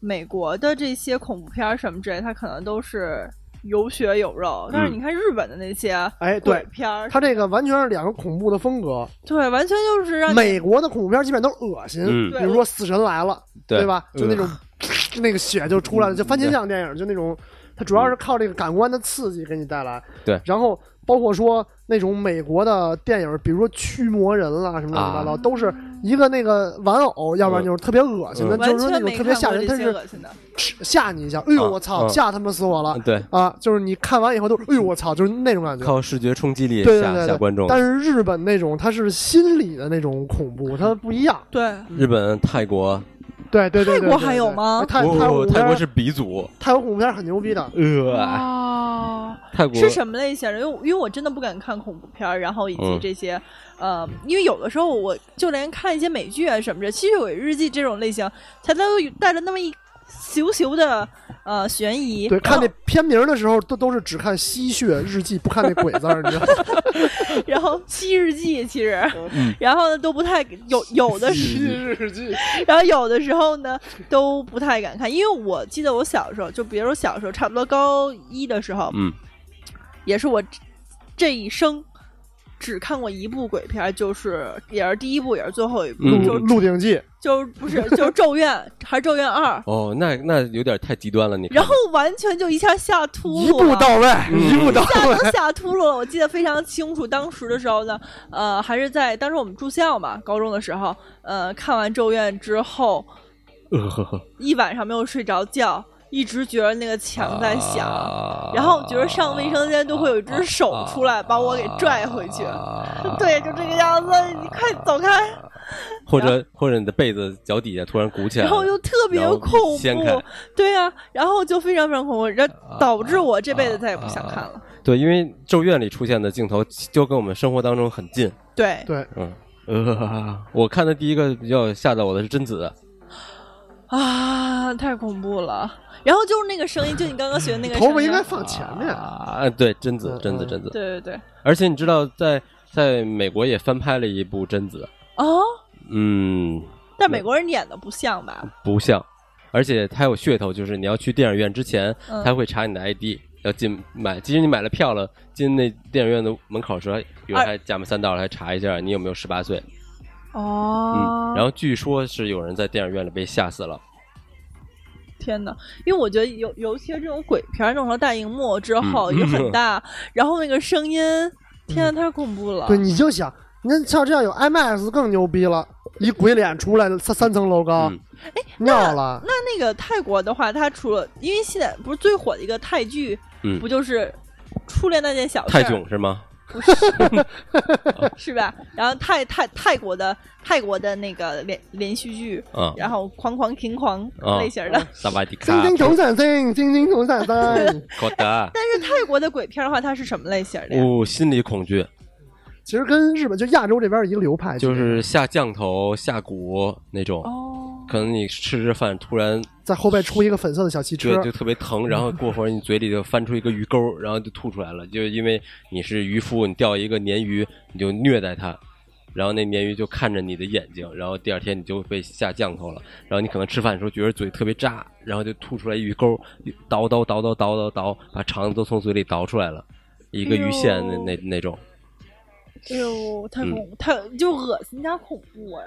C: 美国的这些恐怖片儿什么之类，它可能都是有血有肉，但是你看日本的那些
A: 嗯
C: 啊
A: 哎，
C: 鬼
A: 对，
C: 片儿，
A: 它这个完全是两个恐怖的风格。
C: 对，完全就是让你
A: 美国的恐怖片基本都是恶心，
B: 嗯
A: 比如说《死神来了》，
B: 对嗯
A: 吧？就那种、 那个血就出来了，就番茄酱电影，就那
B: 嗯
A: 种，它主要是靠这个感官的刺激给你带来。
B: 对
A: 然后包括说那种美国的电影，比如说《驱魔人》啦，什么乱七八糟，
B: 啊
A: 都是一个那个玩偶，要不然就是特别恶心的，
B: 嗯
A: 就是
C: 完
A: 说那
C: 全
A: 种特
C: 没看
A: 别
C: 过
A: 吓人，它
C: 这些
A: 是
C: 恶心的。
A: 吓你一下，哎呦
B: 啊
A: 我操，
B: 嗯
A: 吓他妈死我了。
B: 对。
A: 啊，就是你看完以后都是，哎呦我操，就是那种感觉。
B: 靠视觉冲击力
A: 对对
B: 吓
A: 对
B: 吓
A: 对，
B: 观众。
A: 但是日本那种，它是心理的那种恐怖，它不一样。
C: 对，
B: 日本、泰国，
A: 对对对，对
C: 泰国
A: 对
C: 还有
A: 对
C: 吗
A: 哎泰
B: 不
A: 泰国
B: 泰国
A: 片
B: 是鼻祖，
A: 泰国恐怖片很牛逼的，哎
B: 呃，
C: 哇，
B: 泰国
C: 哦是什么类型的？因为因为我真的不敢看恐怖片儿，然后以及
B: 嗯
C: 这些，呃，因为有的时候我就连看一些美剧啊什么的，《吸血鬼日记》这种类型，它都有带着那么一咻咻的呃悬疑。
A: 对，看
C: 然
A: 那
C: 后
A: 片名的时候都都是只看吸血日记，不看那鬼字儿，你知道吗？
C: 然后吸日记其实， 然后呢都不太有有的是，
A: 嗯日记，
C: 然后有的时候呢都不太敢看，因为我记得我小时候，就比如说小时候差不多高一的时候，
B: 嗯，
C: 也是我这一生只看过一部鬼片儿，就是也是第一部，也是最后一部，
B: 嗯
A: 鹿
C: 就
A: 鹿鼎记，
C: 就不是就是《咒怨》，还是《咒怨二》，
B: 哦，那那有点太极端了，你看
C: 然后完全就一下吓秃噜了，
A: 一步到位，
B: 嗯
A: 一步到
C: 吓
A: 位。
C: 都吓秃噜了。我记得非常清楚，当时的时候呢，呃，还是在当时我们住校嘛，高中的时候，呃，看完《咒怨》之后，
B: 呃呵呵
C: 一晚上没有睡着觉，一直觉得那个墙在响。
B: 啊
C: 然后我觉得上卫生间都会有一只手出
A: 啊
C: 来把我给拽回去，
B: 啊
C: 对，就这个样子，你快走开！
B: 或者或者你的被子脚底下突然鼓起来
C: 然
B: 了，
C: 后又特别
B: 然后
C: 恐
B: 掀开啊
C: 怖，对呀、然后就非常非常恐怖，然后导致我这辈子再也不想看了。
B: 对，因为《咒怨》里出现的镜头就跟我们生活当中很近，
C: 对，
A: 对，
B: 嗯。呃，我看的第一个比较吓到我的是贞子，
C: 啊，太恐怖了。然后就是那个声音，就你刚刚学的那个声
A: 头
C: 音，
A: 发应该放前面。
B: 啊，对，贞子
A: 嗯，
B: 贞子，
A: 嗯
B: 贞子，
C: 对对对，
B: 而且你知道在，在美国也翻拍了一部《贞子》，
C: 哦，
B: 嗯，
C: 但美国人演的不像吧？
B: 不像，而且它有噱头，就是你要去电影院之前，
C: 嗯
B: 他会查你的 ID，要进买，即使你买了票了，进那电影院的门口时候，有人
C: 哎
B: 还假模三道的还查一下你有没有十八岁，
C: 哦
B: 嗯，然后据说是有人在电影院里被吓死了，
C: 天哪！因为我觉得尤尤其是这种鬼片儿弄成大荧幕之后，
B: 嗯
C: 有很大，然后那个声音，天哪，太恐怖了。
A: 对，你就想你看像这样有 IMAX 更牛逼了，一鬼脸出来三三层楼高
C: 哦
B: 嗯，
A: 尿了。
C: 那那个泰国的话，它除了因为现在不是最火的一个泰剧，
B: 嗯
C: 不就是初恋那件小事
B: 泰
C: 儿
B: 囧是吗？
C: 是吧？然后泰泰泰国的泰国的那个连连续剧，
B: 啊，
C: 然后狂狂停狂
B: 啊
C: 类型的，
B: 萨瓦迪
A: 星
B: 卡，
A: 星同闪星，星星同闪星。
B: 好 的，
C: 但是泰国的鬼片的话，它是什么类型的呀？
B: 啊哦，心理恐惧
A: 其实跟日本就亚洲这边一个流派，
B: 就是下降头、下蛊那种，
C: 哦，
B: 可能你吃着饭突然
A: 在后背出一个粉色的小汽
B: 觉
A: 车
B: 得，就特别疼，然后过会儿你嘴里就翻出一个鱼钩，然后就吐出来了，就是因为你是渔夫，你钓一个鲶鱼，你就虐待它。然后那鲶鱼就看着你的眼睛，然后第二天你就被下降头了。然后你可能吃饭的时候觉得嘴特别扎，然后就吐出来鱼钩，叨叨叨叨叨叨叨，把肠子都从嘴里倒出来了，一
A: 哎
B: 个鱼线那那那种。
C: 哎呦，太恐
B: 嗯
C: 太就恶心加恐怖哎！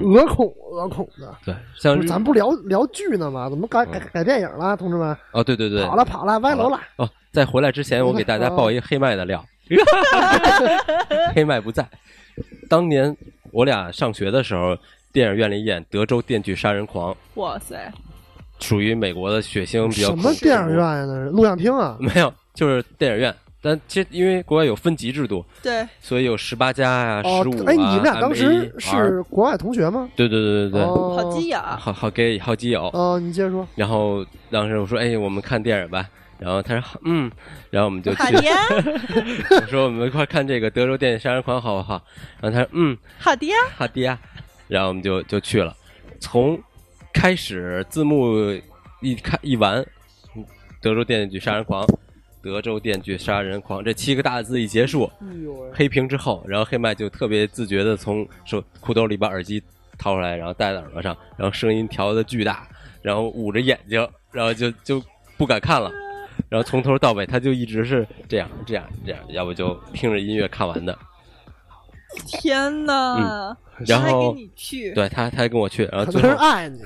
A: 鹅恐鹅恐的。
B: 对，像
A: 不是，
B: 呃日
A: 咱不聊聊剧呢吗？怎么改改改电影了，同志们？
B: 哦，对对对，
A: 跑了跑了，歪楼了。哦
B: 哦，在回来之前，我给大家爆一个黑麦的料， 黑麦不在。当年我俩上学的时候，电影院里演《德州电锯杀人狂》，
C: 哇塞，
B: 属于美国的血腥比较
A: 什
B: 恐
A: 么
B: 怖嗯
A: 电影院？呀？那是录像厅啊？
B: 没有，就是电影院。但其实因为国外有分级制度，
C: 对，
B: 所以有十八加呀、
A: 哦
B: 十五，啊。
A: 哎，你们俩当
B: MAR
A: 时是国外同学吗？
B: 对对对对啊对，
A: 哦
C: 好啊基友，
B: 好好给好基友。
A: 哦，你接着说。
B: 然后当时我说：“哎，我们看电影吧。”然后他说：“嗯。”然后我 们就去
C: 哈啊爹，
B: 我说我们一块儿看这个《德州电锯杀人狂》好不好？然后他说嗯，
C: 哈啊爹，
B: 好的呀，啊然后我们就就去了。从开始字幕一看一完，《德州电锯杀人狂》，《德州电锯杀人狂》这七个大字一结束，
A: 哎呦喂！
B: 黑屏之后，然后黑麦就特别自觉的从手裤兜里把耳机掏出来，然后戴在耳朵上，然后声音调的巨大，然后捂着眼睛，然后就就不敢看了。然后从头到尾，他就一直是这样、这样、这样，要不就听着音乐看完的。
C: 天哪！
B: 嗯然
C: 还
B: 后
C: 跟，你去，
B: 对他，他还跟我去，然后
A: 可
B: 最
A: 能是
B: 后，
A: 爱你，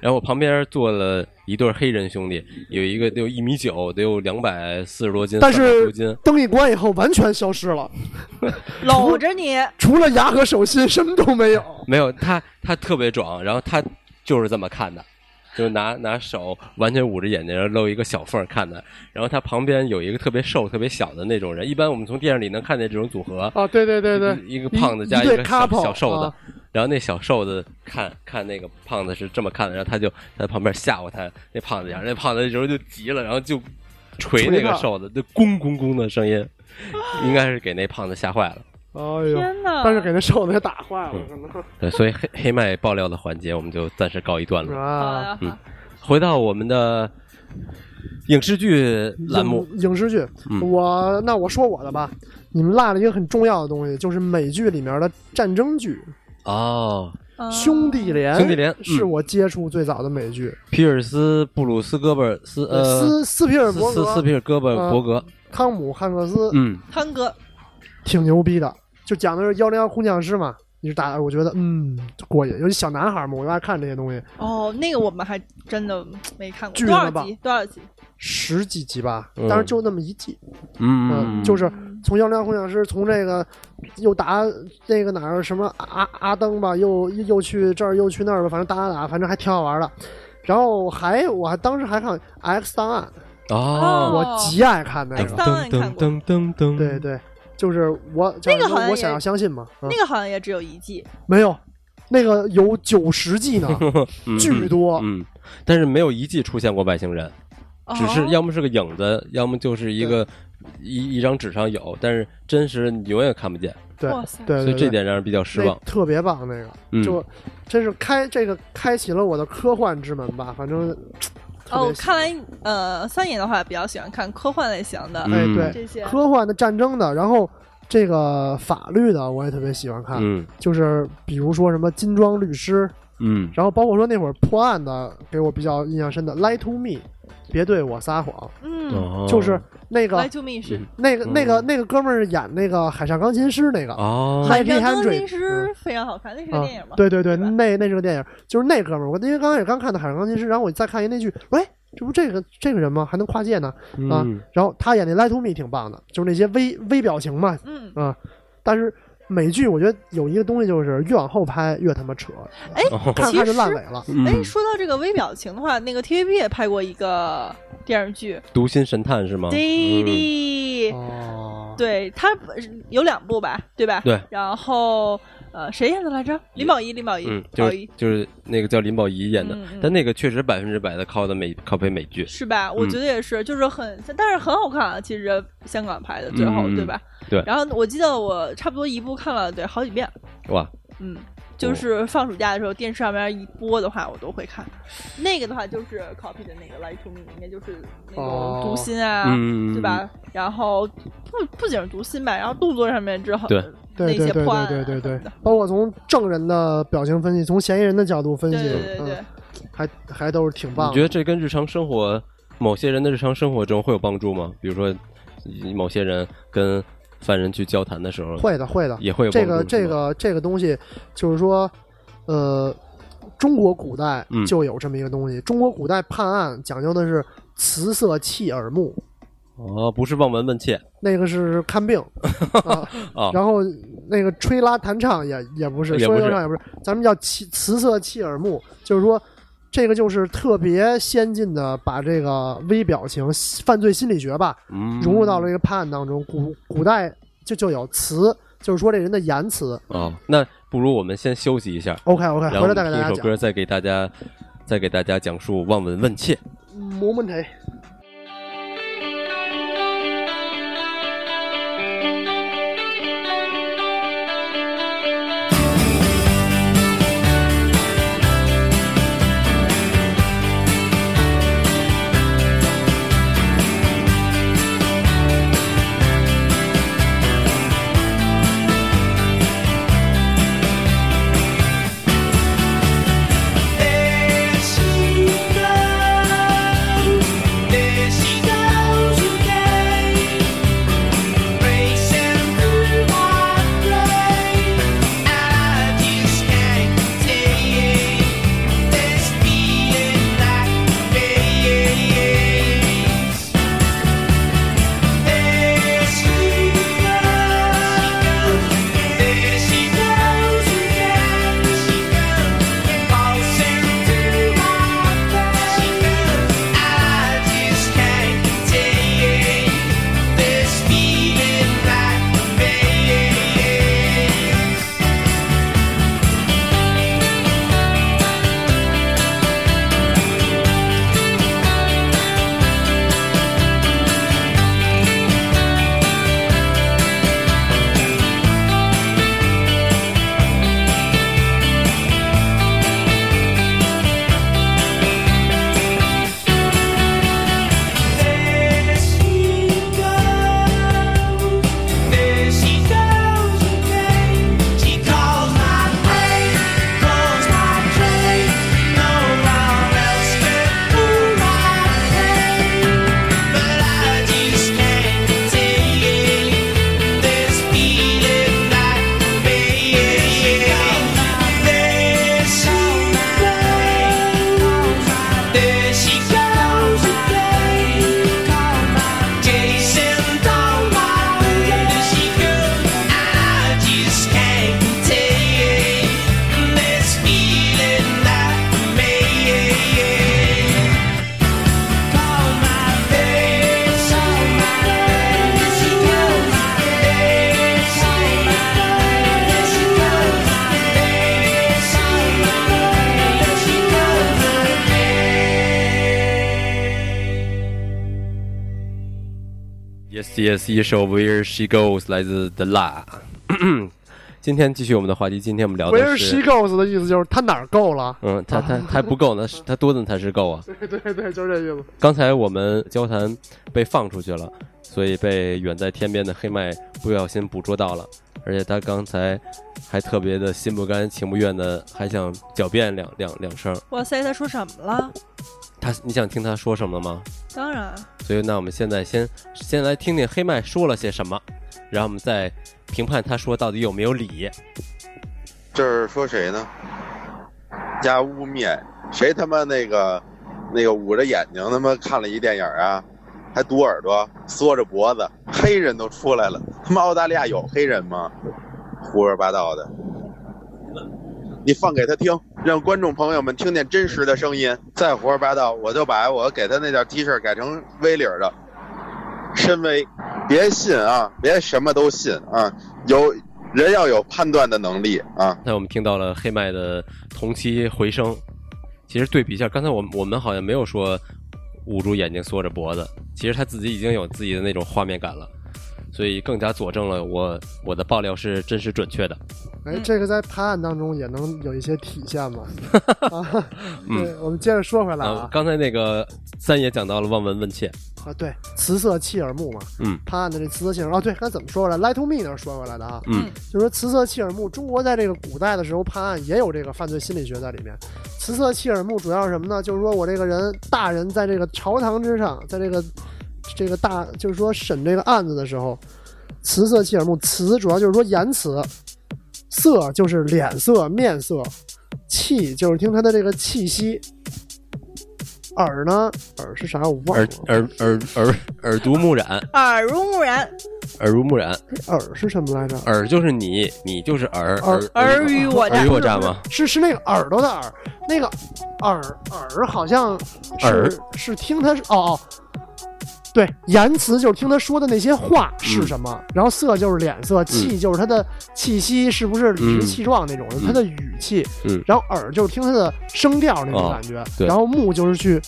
B: 然后我旁边坐了一对黑人兄弟，有一个得有一米九，得有两百四十多斤，
A: 但
B: 300
A: 是
B: 多斤，
A: 灯一关以后完全消失了，
C: 搂着你，
A: 除了牙和手心什么都 没有。
B: 没有他，他特别壮，然后他就是这么看的，就是拿拿手完全捂着眼睛，然后露一个小缝儿看的。然后他旁边有一个特别瘦、特别小的那种人，一般我们从电影里能看见这种组合，
A: 啊，对对对对，
B: 一个胖子加
A: 一
B: 一个
A: 对
B: 小
A: couple，
B: 小瘦子
A: 啊，
B: 然后那小瘦子看看那个胖子是这么看的，然后他就在旁边吓唬他那胖子一下，那胖子那时候就急了，然后就捶那
A: 捶
B: 个
A: 他
B: 瘦子，就咣咣咣的声音，应该是给那胖子吓坏了。
A: 哎呦，
C: 天哪！
A: 但是给那瘦子给打坏了，
B: 对，所以黑黑麦爆料的环节我们就暂时告一段
A: 可
B: 落
A: 能。
C: 好
A: 啊。
C: 呀
B: 嗯
C: 好呀
B: 回到我们的影视剧栏目，
A: 影影视剧，
B: 嗯
A: 我那我说我的吧，你们落了一个很重要的东西，就是美剧里面的战争剧，
B: 哦，
C: 嗯
A: 兄弟连》
B: 兄弟连嗯
A: 哎是我接触最早的美剧，
B: 皮尔斯布鲁斯戈贝尔斯呃
A: 斯斯皮尔伯
B: 斯斯
A: 格、
B: 皮尔戈贝尔伯格，
A: 汤姆汉克斯
B: 嗯
C: 汤哥，
A: 挺牛逼的，就讲的是幺零幺空降师嘛。你是打，我觉得嗯过瘾，尤其小男孩嘛，我就爱看这些东西，
C: 哦，那个我们还真的没看过，
A: 巨
C: 多
A: 人了
C: 少
A: 吧
C: 集？多少集？
A: 十几集吧，
B: 嗯
A: 但是就那么一季，
B: 嗯，
A: 就是从幺零幺空降师，从这个又打那个哪儿什么阿阿登吧，又又又去这儿又去那儿吧，反正打打打，反正还挺好玩的。然后还我还当时还看《X 档案》，
B: 哦，
A: 我极爱看那
C: X
A: 个，
C: 档案看过
B: 噔噔噔
A: 对，对，就是我叫
C: 那个
A: 什么
C: 好像
A: 我
C: 也
A: 想要相信嘛，啊
C: 那个好像也只有一季，
A: 没有，那个有九十季 呢，
B: 嗯
A: 巨多。
B: 嗯，但是没有一季出现过外星人，只是
C: 哦
B: 要么是个影子，要么就是一个一一张纸上有，但是真实你永远看不见，
A: 对
C: 哇塞
A: 对
B: 所以
A: 对
B: 这
A: 对，
B: 点让人比较失
A: 那
B: 望。
A: 特别棒那个。
B: 嗯，
A: 就真是开这个开启了我的科幻之门吧，反正特
C: 哦，
A: 别
C: 我
A: 喜
C: 看来呃，三爷的话比较喜欢看科幻类型的、
A: 哎
B: 嗯
A: 对
C: 这些，
A: 科幻的、战争的，然后这个法律的我也特别喜欢看，
B: 嗯
A: 就是比如说什么金装律师，
B: 嗯，
A: 然后包括说那会儿破案的，给我比较印象深的《Lie to Me》，别对我撒谎，
C: 嗯
B: 哦嗯
A: 就是那个、
C: ，Lie to Me 是
A: 那个那个那个哥们儿演那个海上钢琴师那个。
B: 哦，
A: Happy
C: 海上钢
A: Hundred，
C: 琴师非常好看，那是个
A: 啊
C: 电影吗？
A: 对对对，
C: 对吧
A: 那那是个电影，就是那哥们儿，我因为刚开始刚看的《海上钢琴师》，然后我再看一那剧，喂，这不这个这个人吗？还能跨界呢？啊
B: 嗯
A: 然后他演那《Lie to Me》挺棒的，就是那些微微表情嘛，
C: 嗯，
A: 但是美剧我觉得有一个东西就是越往后拍越他妈扯，
C: 哎
B: 哦
A: 看着看着
C: 其实
A: 烂尾了。
C: 哎，
B: 嗯，
C: 说到这个微表情的话，那个 TVB 也拍过一个
A: 嗯
C: 电视剧
B: 读心神探是吗？
C: 《
B: 嗯
C: Daddy》，
A: 哦，
C: 对他有两部吧，对吧？
A: 哎
B: 对。
C: 然后呃，谁演的来着？林保怡，林保怡，
B: 嗯，就
C: 保
B: 是
A: 哎
C: 怡
B: 就是那个叫林保怡演的
C: 嗯嗯，
B: 但那个确实百分之百的靠的美靠背美剧，
C: 是吧？我觉得也是，就是很，但是很好看啊。其实香港拍的，最后、
B: 嗯嗯嗯
C: 对吧？
B: 对
C: 然后我记得我差不多一部看了得好几遍，
B: 哇，
C: 嗯，
B: 哦
C: 就是放暑假的时候电视上面一播的话，我都会看。那个的话就是 copy 的那个《Lie to Me》，应该就是那
A: 哦
C: 种读心啊，
B: 嗯，
C: 对吧？然后不不仅是读心吧，然后动作上面之后
B: 对
C: 那
A: 对对
C: 些
A: 对
C: 破案啊
A: 对对对
C: 什么的
A: 对，包括从证人的表情分析，从嫌疑人的角度分析，
C: 对对对对，
A: 嗯，还还都是挺棒
B: 你觉
A: 的。
B: 得这跟日常生活某些人的日常生活中会有帮助吗？比如说某些人跟犯人去交谈的时候，
A: 会的会的，
B: 也会有帮
A: 这
B: 助
A: 个这，
B: 是吗
A: 个这个东西，就是说，呃，中国古代
B: 嗯
A: 就有这么一个东西。中国古代判案讲究的是辞色弃耳目，
B: 哦，不是望闻问切
A: 那个是看 病啊，
B: 啊，
A: 然后那个吹拉弹唱也也不是，
B: 也
A: 说
B: 不是
A: 说唱也不是，咱们叫弃辞色弃耳目，就是说。这个就是特别先进的，把这个微表情、犯罪心理学吧，
B: 嗯
A: 融入到了这个判案当中。古古代就就有词，就是说这人的言辞。
B: 哦，那不如我们先休息一下，
A: OK OK，
B: 然
A: 哎回
B: 后
A: 来
B: 我
A: 再给
B: 们
A: 大
B: 听
A: 家
B: 一首
A: 讲。
B: 歌，再给大家再给大家讲述望闻问切。
A: 冇问题。
D: There she goes again. She goes falls into my face. She goes. I just can't contain this feeling that remains. There she goes. There she goes again. She calls my name, calls my name. No one else can pull my name, but I just can't contain this feeling that remains. There she goes. There she goes again. Chasing down my way. She goes. I just can't contain this feeling that remains. Call my name, call my name. She goes. There she goes. There she goes. There she goes. There she goes.
B: Yes, yes，一首 Where She Goes 来自 The La。今天继续我们的话题，今天我们聊
A: Where
B: 的
A: she
B: 是，
A: goes 的意思就是他哪儿够了？
B: 嗯，他他还不够呢，是他多的才是够啊。
A: 对对对，就是这意思。
B: 刚才我们交谈被放出去了，所以被远在天边的黑麦不小心捕捉到了，而且他刚才还特别的心不甘情不愿的，还想狡辩两两两声。
C: 哇塞，他说什么了？
B: 他你想听他说什么吗？
C: 当然，
B: 所以那我们现在先先来听听黑麦说了些什么，然后我们再评判他说到底有没有理。
E: 这是说谁呢？家污蔑谁他妈那个那个捂着眼睛他妈看了一电影啊，还堵耳朵缩着脖子，黑人都出来了，他妈澳大利亚有黑人吗？胡说八道的。你放给他听，让观众朋友们听见真实的声音。再胡说八道，我就把我给他那件 T 恤改成 V 领儿的，深 V。别信啊，别什么都信啊，有人要有判断的能力啊。
B: 那我们听到了黑麦的同期回声。其实对比一下，刚才我们我们好像没有说捂住眼睛缩着脖子，其实他自己已经有自己的那种画面感了，所以更加佐证了我我的爆料是真实准确的。
A: 哎，
C: 嗯
A: 这个在拍案当中也能有一些体现嘛？啊， 对，我们接着说回来
B: 呃
A: 啊，
B: 刚才那个三爷讲到了望闻问切，
A: 啊，对，辞色弃耳目嘛，
B: 嗯
A: 拍案的这辞色弃耳目啊，对，刚才怎么说回来？Lie to me 那儿说回来的啊，
B: 嗯
A: 就说辞色弃耳目，中国在这个古代的时候判案也有这个犯罪心理学在里面。辞色弃耳目主要是什么呢？就是说我这个人大人在这个朝堂之上，在这个这个大就是说审这个案子的时候，辞色弃耳目，辞主要就是说言辞，色就是脸色、面色，气就是听他的这个气息。耳呢？耳是啥？我忘了
B: 耳。耳耳耳耳濡目染，
C: 耳濡目染，
B: 耳濡目染，
A: 耳是什么来着？
B: 耳就是你，你就是耳
A: 耳
C: 尔虞我
B: 尔虞
C: 诈。
B: 我诈吗？
A: 是是那个耳朵的耳，那个耳耳好像是
B: 耳
A: 是听他哦哦，对，言辞就是听他说的那些话
B: 嗯
A: 是什么，然后色就是脸色，气就是他的气息是不是理直气壮那种，他的语气，
B: 嗯
A: 然后耳就是听他的声调那种
B: 哦
A: 感觉，
B: 对
A: 然后目就是去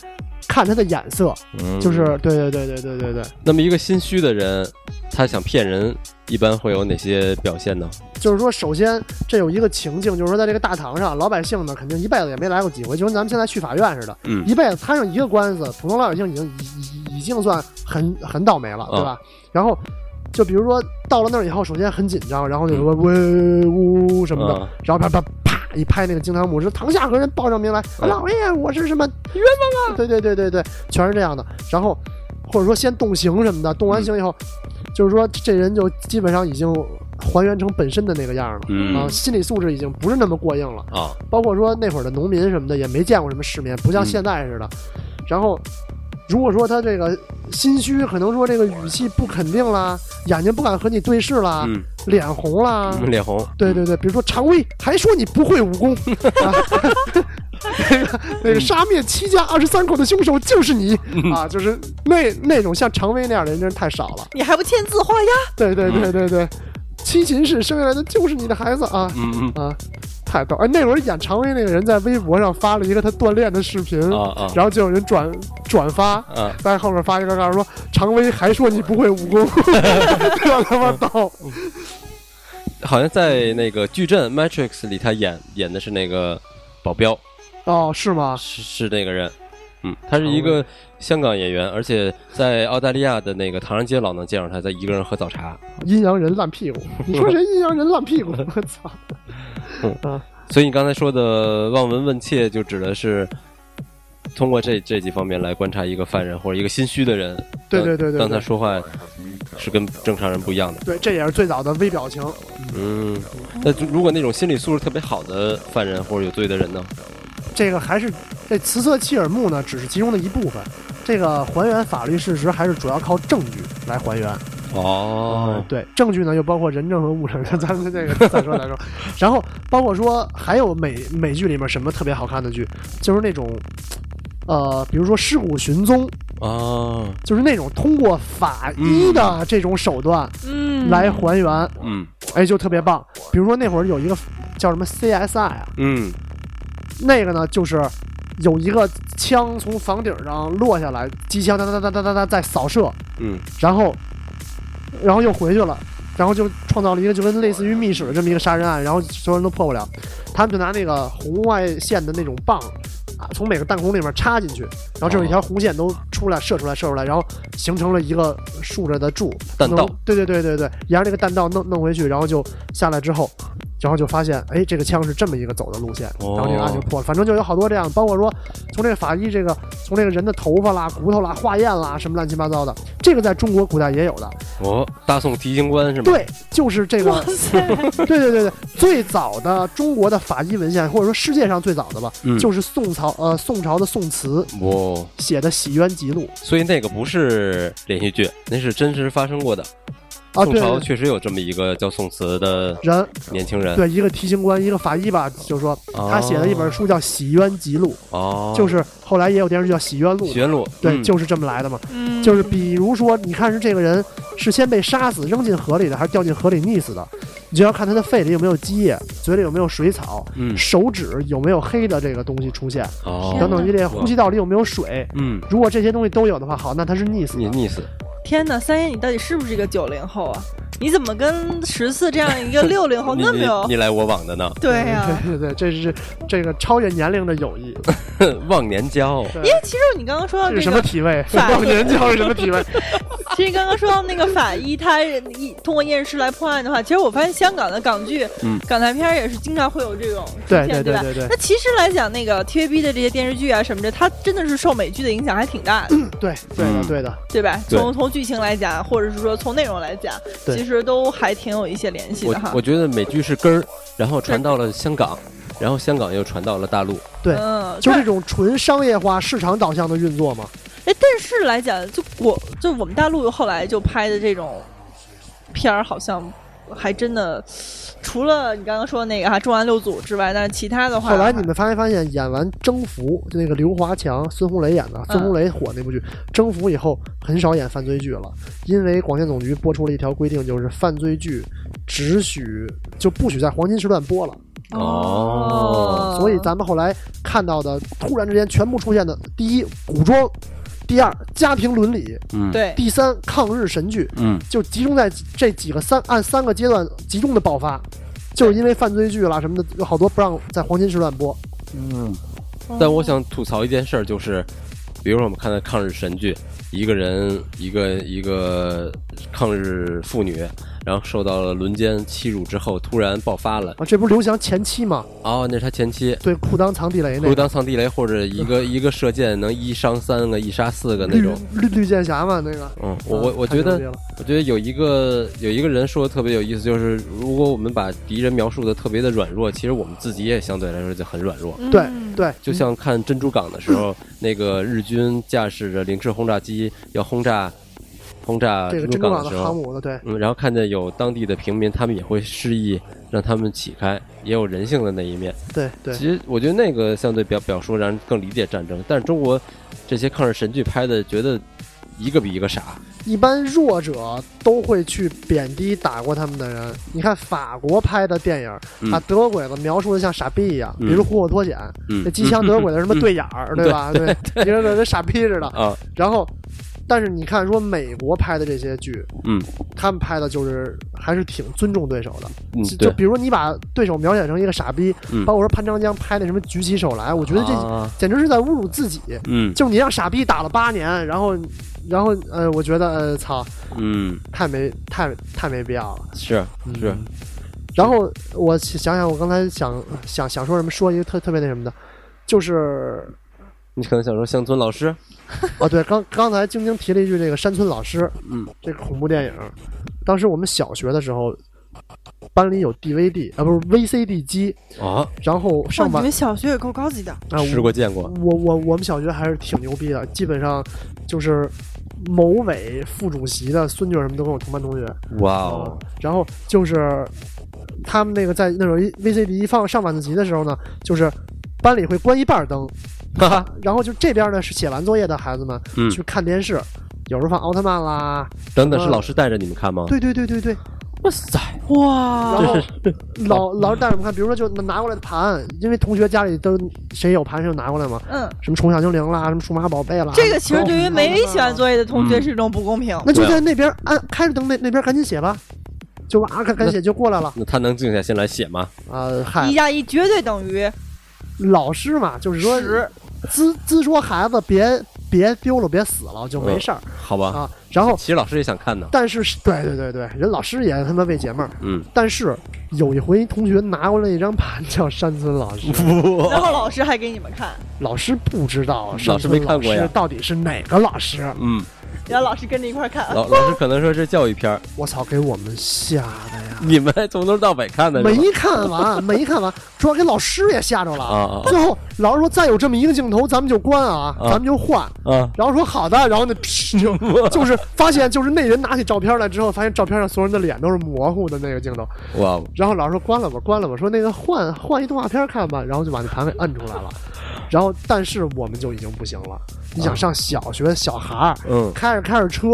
A: 看他的眼色，
B: 嗯
A: 就是对对对对对对对，
B: 那么一个心虚的人，他想骗人，一般会有哪些表现呢？
A: 就是说，首先这有一个情境，就是说，在这个大堂上，老百姓呢肯定一辈子也没来过几回，就跟咱们现在去法院似的，
B: 嗯
A: 一辈子摊上一个官司，普通老百姓已经已已已经算很很倒霉了，对吧？然后就比如说到了那儿以后，首先很紧张，然后就说喂呜什么的，
B: 嗯
A: 然后啪啪啪一拍那个惊堂木，说堂下何人报上名来？
B: 嗯
A: 老爷，我是什么冤枉啊！对对对对对，全是这样的。然后或者说先动刑什么的，动完刑以
B: 嗯
A: 后，就是说这人就基本上已经还原成本身的那个样儿了。
B: 嗯
A: 啊，心理素质已经不是那么过硬了，
B: 啊，
A: 包括说那会儿的农民什么的也没见过什么世面，
B: 嗯
A: 不像现在似的。然后，如果说他这个心虚，可能说这个语气不肯定啦，眼睛不敢和你对视啦，
B: 嗯，
A: 啊脸红啦，
B: 脸红，
A: 对对
B: 嗯
A: 对，比如说常威还说你不会武 功，啊、 那个那
B: 嗯
A: 个杀灭戚家二十三口的凶手就是你、啊，就是那那种像常威那样的人真是太少了。
C: 你还不签字画押？
A: 对对对对对，七秦氏生下来的就是你的孩子啊
B: 嗯
A: 啊，太逗！哎，那会儿演常威那个人在微博上发了一个他锻炼的视频，
B: 嗯啊啊
A: 然后就有人转转发。
B: 啊，
A: 在后面发一个告诉说，常威还说你不会武 功，特他妈逗。
B: 好像在那个矩阵 Matrix 里，他演演的是那个保镖，
A: 哦，是吗？
B: 是是那个人。嗯，他是一个香港演员，而且在澳大利亚的那个唐人街老能见着他，在一个人喝早茶。
A: 阴阳人烂屁股，你说谁阴阳人烂屁股？我操！
B: 所以你刚才说的望闻问切，就指的是通过这这几方面来观察一个犯人或者一个心虚的人。
A: 对对对对对
B: 当他说话是跟正常人不一样的。
A: 对，这也是最早的微表情。
B: 嗯，那就如果那种心理素质特别好的犯人或者有罪的人呢？
A: 这个还是这辞色弃耳目呢，只是其中的一部分。这个还原法律事实还是主要靠证据来还原。
B: 哦
A: 嗯，对，证据呢又包括人证和物证， 咱们这个再说再说。然后包括说还有美美剧里面什么特别好看的剧，就是那种。呃，比如说尸骨寻踪，
B: 哦，
A: 就是那种通过法医的这种手段
C: 嗯，
A: 来还原，
B: 嗯
A: 哎，就特别棒。比如说那会儿有一个叫什么 CSI 啊，
B: 嗯
A: 那个呢就是有一个枪从房顶上落下来，机枪哒哒哒哒哒哒在扫射，
B: 嗯
A: 然后然后又回去了，然后就创造了一个就跟类似于密室的这么一个杀人案，然后所有人都破不了，他们就拿那个红外线的那种棒。啊，从每个弹孔里面插进去，然后这有一条红线都出来射出来射出来，然后形成了一个竖着的柱
B: 弹道
A: 弄对对对对对，沿着这个弹道弄弄回去，然后就下来之后，然后就发现，哎，这个枪是这么一个走的路线，然后这个案就破了。反正就有好多这样，包括说从这个法医这个，从这个人的头发啦、骨头啦、化验啦，什么乱七八糟的，这个在中国古代也有的。
B: 哦，大宋提刑官是吗？，
A: 对，就是这
C: 哇
A: 个，
C: 塞，
A: 对对对对，最早的中国的法医文献，或者说世界上最早的吧，
B: 嗯
A: 就是宋朝呃宋朝的宋词
B: 哦，
A: 写的《洗冤集录》。
B: 所以那个不是连续剧，那是真实发生过的。
A: 啊
B: 宋
A: 对
B: 朝确实有这么一个叫宋词的
A: 人
B: 年轻人，
A: 对一个提刑官，一个法医吧，就说
B: 哦
A: 他写了一本书叫《洗冤集录》，
B: 哦，
A: 就是后来也有电视剧叫《洗冤录》
B: 洗，冤录，
A: 对，
B: 嗯
A: 就是这么来的嘛。
C: 嗯，
A: 就是比如说，你看是这个人是先被杀死扔进河里的，还是掉进河里溺死的，你就要看他的肺里有没有积液，嘴里有没有水草，
B: 嗯
A: 手指有没有黑的这个东西出现，
B: 哦，
A: 等等一类，呼吸道里有没有水。
B: 嗯，
A: 如果这些东西都有的话，好，那他是溺死
B: 你
A: 的。
B: 溺死，
C: 天哪，三爷你到底是不是一个九零后啊？你怎么跟十四这样一个六零 后
B: 你
C: 那么
B: 你
C: 有？
B: 你来我往的呢，
C: 对哎呀、
A: 对对啊对，这是这个超越年龄的友谊。
B: 忘年交，
C: 因为其实你刚刚说到
A: 这是什
C: 哦这
A: 么
C: 个，
A: 体位？
C: 反
A: 忘 年交是什么体位？
C: 其实刚刚说到那个法医，他一通过验尸来破案的话，其实我发现香港的港剧、
B: 嗯
C: 港台片儿也是经常会有这种出
A: 对
C: 现，
A: 对
C: 吧？
A: 对对
C: 那其实来讲，那个 TVB 的这些电视剧啊什么的，它真的是受美剧的影响还挺大的，
A: 对对的
B: 嗯
A: 对的，
C: 对吧？
B: 对
C: 从从剧情来讲，或者是说从内容来讲，
A: 对
C: 其实都还挺有一些联系
B: 我
C: 的哈
B: 我。觉得美剧是根儿，然后传到了香港，然后香港又传到了大陆，
A: 对
C: 嗯，
A: 就
C: 但
A: 这种纯商业化、市场导向的运作嘛。
C: 哎，但是来讲，就我就我们大陆后来就拍的这种片儿，好像还真的除了你刚刚说的那个哈《重案六组》之外，那其他的话，
A: 后来你们发没发现，演完《征服》就那个刘华强、孙红雷演的，孙红雷火那部剧《征服》以后很少演犯罪剧了，因为广电总局拨出了一条规定，就是犯罪剧只许就不许在黄金时段播了。
B: 哦
C: 嗯
A: 所以咱们后来看到的，突然之间全部出现的，第一古装，第二家庭伦理，
B: 嗯，，
C: 对
A: 第三抗日神剧，
B: 嗯，
A: 就集中在这几个三按三个阶段集中的爆发，就是因为犯罪剧啊啦什么的，有好多不让在黄金时段播。
B: 但我想吐槽一件事儿，就是，比如说我们看的抗日神剧，一个人一个一个抗日妇女，然后受到了轮奸欺辱之后，突然爆发了。
A: 啊，这不是刘翔前妻吗？
B: 哦，那是他前妻，
A: 对，裤裆藏地雷那
B: 裤
A: 个
B: 裆藏地雷，或者一个一个射箭能一伤三个，一杀四个那
A: 绿
B: 种。
A: 绿绿箭侠嘛，那个。
B: 嗯，我我
A: 嗯
B: 我
A: 太
B: 觉
A: 牛逼
B: 得
A: 了，
B: 我觉得有一个有一个人说的特别有意思，就是如果我们把敌人描述的特别的软弱，其实我们自己也相对来说就很软弱。
A: 嗯
C: 嗯
A: 对对，
B: 就像看珍珠港的时候，那个日军驾驶着零式轰炸机要轰炸轰炸
A: 这个
B: 珍珠
A: 珍珠
B: 港
A: 港
B: 的
A: 的
B: 时
A: 航
B: 候，
A: 母的，对
B: 嗯，然后看见有当地的平民，他们也会示意让他们起开，也有人性的那一面。
A: 对对
B: 其，实我觉得那个相对表表述让人更理解战争，但是中国这些抗日神剧拍的，觉得一个比一个傻。
A: 一般弱者都会去贬低打过他们的人。你看法国拍的电影，
B: 嗯
A: 把德国鬼子描述的像傻逼一样，比如《虎口脱险》，
B: 嗯
A: 那机枪德鬼子什么对眼儿，
B: 嗯
A: 对吧？对，你说这跟傻逼似的。
B: 啊，
A: 然后，但是你看说美国拍的这些剧，
B: 嗯
A: 他们拍的就是还是挺尊重对手的。
B: 嗯，
A: 就
B: 对，
A: 比如你把对手描写成一个傻逼，
B: 嗯
A: 包括说潘长江拍那什么举起手来，我觉得这
B: 啊
A: 简直是在侮辱自己。
B: 嗯
A: 就你让傻逼打了八年，然后，然后呃，我觉得呃，操，
B: 嗯
A: 太没太太没必要了。嗯
B: 是是
A: 然后我想想，我刚才想想想说什么，说一个特特别那什么的，就是
B: 你可能想说乡村老师，
A: 哦，对，刚刚才晶晶提了一句这个山村老师，
B: 嗯，
A: 这个恐怖电影，当时我们小学的时候，班里有 DVD 啊，不是 VCD 机，
B: 啊，
A: 然后
C: 哇，
A: 上
C: 你
A: 晚
C: 们小学也够高级的，
A: 啊，
B: 吃过见过，
A: 我我我们小学还是挺牛逼的，基本上就是某委副主席的孙女儿什么都跟我同班同学
B: 哇
A: 啊
B: 哦，
A: 然后就是他们那个在那种 VCD 一放上晚自习的时候呢，就是班里会关一半灯，
B: 哈哈，
A: 然后就这边呢是写完作业的孩子们
B: 嗯，
A: 去看电视，有时候放奥特曼啦，
B: 等等，是老师带着你们看吗？
A: 对对对对对，
B: 哇塞，
C: 哇
A: 然，后老
B: 哦
A: 老师带着我们看，比如说就拿过来的盘，因为同学家里都谁有盘谁就拿过来嘛，
C: 嗯，
A: 什么宠物小精灵啦，什么数码宝贝啦，
C: 这个其实对于没写完作业的同学
B: 嗯
C: 是一种不公平。
A: 那就
B: 对啊
A: 在那边按开着灯那那边赶紧写吧，就啊赶赶紧写就过来了
B: 那他能静下心来写吗？
A: 啊、嗨
C: 一，加一绝对等于
A: 老师嘛，就是说
C: 十
A: 资资说孩子别别丢了，别死了就没事儿、
B: 好吧，
A: 啊。然后，
B: 其实老师也想看呢。
A: 但是是对对对对，人老师也他妈为解闷儿。
B: 嗯，
A: 但是有一回，同学拿过来一张盘，叫山村老师，
C: 然后老师还给你们看，
A: 老师不知道啊
B: 老
A: 山
B: 师
A: 村
B: 没看过呀
A: 老师到底是哪个老师，
B: 嗯，
C: 然后老师跟着一块儿看，
B: 老老师可能说是教育片儿，
A: 我操，给我们吓的呀！
B: 你们从头到尾看的是吧？
A: 没看 完，没看完，主要给老师也吓着了。
B: 啊
A: 最后老师说再有这么一个镜头，咱们就关啊，
B: 啊
A: 咱们就换。
B: 啊啊！
A: 然后说好的，然后那 就就是发现就是那人拿起照片来之后，发现照片上所有人的脸都是模糊的那个镜头。
B: 哇，哦
A: 然后老师说关了吧，关了吧，说那个换换一动画片看吧，然后就把那盘给摁出来了。然后但是我们就已经不行了，你想上小学小孩儿，
B: 嗯
A: 开着开着车，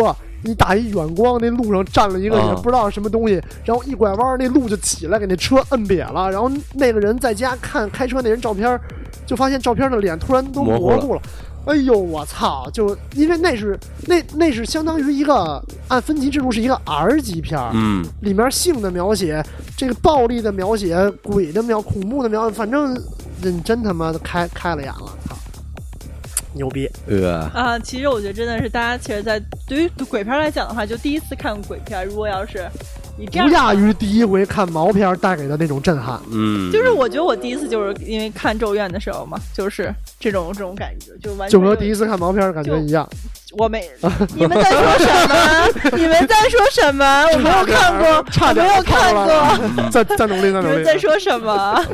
A: 你打一远光，那路上站了一个
B: 啊
A: 也不知道什么东西，然后一拐弯，那路就起来，给那车摁瘪了。然后那个人在家看开车那人照片儿，就发现照片的脸突然都
B: 模
A: 模
B: 糊
A: 糊
B: 了
A: 了。哎呦，我操！就因为那是那那是相当于一个按分级制度是一个 R 级片儿，
B: 嗯，
A: 里面性的描写、这个暴力的描写、鬼的描、恐怖的描写，反正你真他妈的开开了眼了，操，牛逼！
B: 呃，
C: 啊，其实我觉得真的是大家其实在，对于鬼片来讲的话，就第一次看鬼片，如果要是你这
A: 不
C: 样，
A: 亚于第一回看毛片带给的那种震撼。
B: 嗯，
C: 就是我觉得我第一次就是因为看《咒怨》的时候嘛，就是这种这种感觉，就完全
A: 就和第
C: 一
A: 一次看毛片儿感觉一样，
C: 我没你们在说什么？ 你们在说什么？我没有看过，
A: 差点
C: 我没有看过，
A: 过。 再再努力，再
C: 你
A: 努
C: 们
A: 力，
C: 在说什么？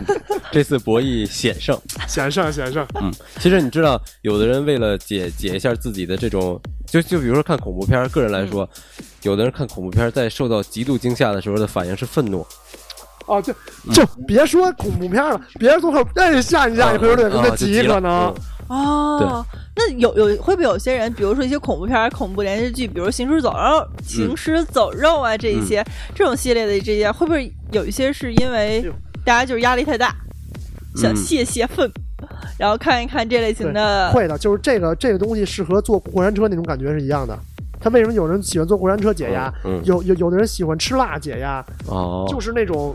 B: 这次博弈险胜。
A: 险胜，险胜。
B: 嗯，其实你知道，有的人为了解解一下自己的这种，就就比如说看恐怖片儿，个人来说，有的人看恐怖片儿在受到极度惊吓的时候的反应是愤怒，
A: 哦，就就别说恐怖片了，别人从后哎吓你吓你，
B: 啊
A: 回头得跟
B: 啊
A: 他
B: 就
A: 急
B: 了
A: 可能
B: 嗯。
C: 哦，那有有会不会有些人，比如说一些恐怖片儿、恐怖连续剧，比如《行尸走肉》《行尸走肉》啊，这一
B: 嗯
C: 些、这种系列的这些，会不会有一些是因为
A: 哎呦
C: 大家就是压力太大，想
B: 嗯
C: 泄泄愤，然后看一看这类型
B: 呃
C: 的
A: 会的，就是这个这个东西适合坐过山车那种感觉是一样的。他为什么有人喜欢坐过山车解压？
B: 嗯嗯
A: 有有有的人喜欢吃辣解压，
B: 哦，
A: 就是那种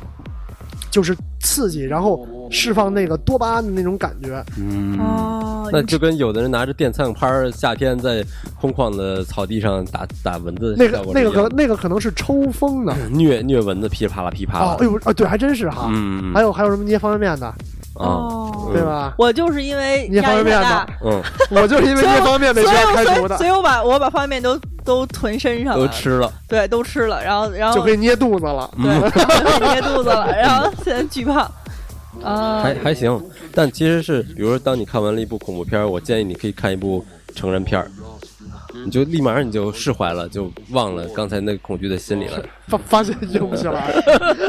A: 就是刺激，然后
B: 哦
A: 释放那个多巴胺的那种感觉。
B: 嗯，
C: 哦，
B: 那
C: 你
B: 就跟有的人拿着电灿拍儿，夏天在空旷的草地上打打蚊子
A: 那
B: 效
A: 个
B: 果是
A: 那
B: 一
A: 个
B: 样的，
A: 可那个可能是抽风的。
B: 虐虐蚊子噼里啪啦噼里啪啦
A: 哦，哎
B: 的，
A: 呦啊，对，还真是哈。
B: 嗯，
A: 还有还有什么捏方便面的，
B: 啊，
C: 哦，
A: 对吧？
C: 我就是因为
A: 捏
C: 压
A: 方
C: 力
A: 便
C: 太
A: 面
C: 大
A: 的，，
B: 嗯，
A: 我就是因为
C: 所以
A: 捏
C: 我
A: 方便面被
C: 所以
A: 学校
C: 我
A: 开
C: 所
A: 除
C: 以
A: 的
C: 所，以我把我把方便面都都囤身上
B: 都
C: 了，
B: 吃了，
C: 对，都吃了，然后然后
A: 就可以捏肚子了。
B: 嗯
C: 对， 憋肚子了，然后现在 巨胖。啊，
B: 还还行，但其实是，比如说，当你看完了一部恐怖片儿，我建议你可以看一部成人片儿，你就立马你就释怀了，就忘了刚才那个恐惧的心理了。
A: 发发现硬不起 来了，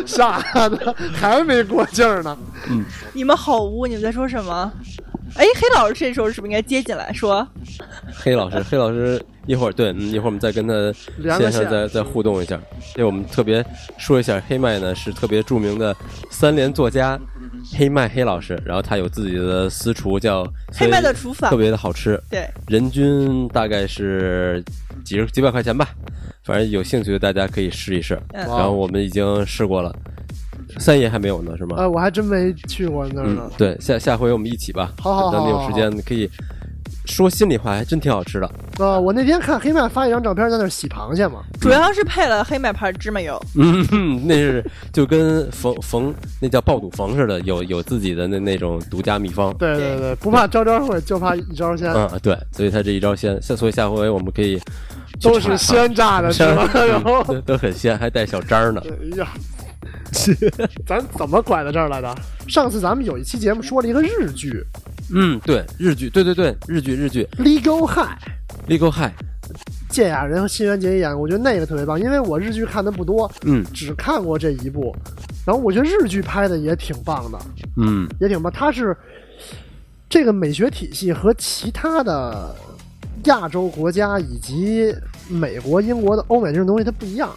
A: 吓得还没过劲儿呢。
C: 你们好污！你们在说什么？哎，黑老师这时候是不是应该接进来说？
B: 黑 老师，黑老师，一会儿对，嗯一会儿我们再跟他
A: 连
B: 线
A: 个
B: 上
A: 线
B: 再再互动一下。因为我们特别说一下，黑麦呢是特别著名的三联作家黑麦黑老师，然后他有自己的私厨叫
C: 黑麦的厨房
B: 特别的好吃。
C: 对，
B: 人均大概是几十几百块钱吧，反正有兴趣的大家可以试一试。
C: 嗯
B: 然
A: 哦
B: 后我们已经试过了，三爷还没有呢，是吗？
A: 呃，我还真没去过那儿
B: 嗯
A: 呢，。
B: 对，下下回我们一起吧。
A: 好好好
B: 等你有
A: 好
B: 时间可以说心里话，还真挺好吃的。
A: 呃，我那天看黑曼发一张照片，在那儿洗螃蟹嘛。
C: 主要是配了黑麦牌芝麻油。
B: 嗯，哼 那是就跟冯冯那叫爆肚冯似的，有有自己的那那种独家秘方。
A: 对对对，不怕招招会，就怕一招鲜，
B: 嗯，对，所以他这一招鲜，下所以下回我们可以啊
A: 都是鲜榨的，是吧？ 然后，
B: 都嗯都很鲜，还带小渣儿呢。
A: 哎呀，咱怎么拐到这儿来的？上次咱们有一期节目说了一个日剧
B: 嗯，对，日剧，对对对，日剧日剧
A: 《Legal High》，
B: ，Legal High，
A: 芥雅人和新垣结衣演的，我觉得那个特别棒，因为我日剧看的不多，
B: 嗯
A: 只看过这一部，然后我觉得日剧拍的也挺棒的，
B: 嗯，
A: 也挺棒。它是这个美学体系和其他的亚洲国家以及美国、英国的欧美这种东西它不一样，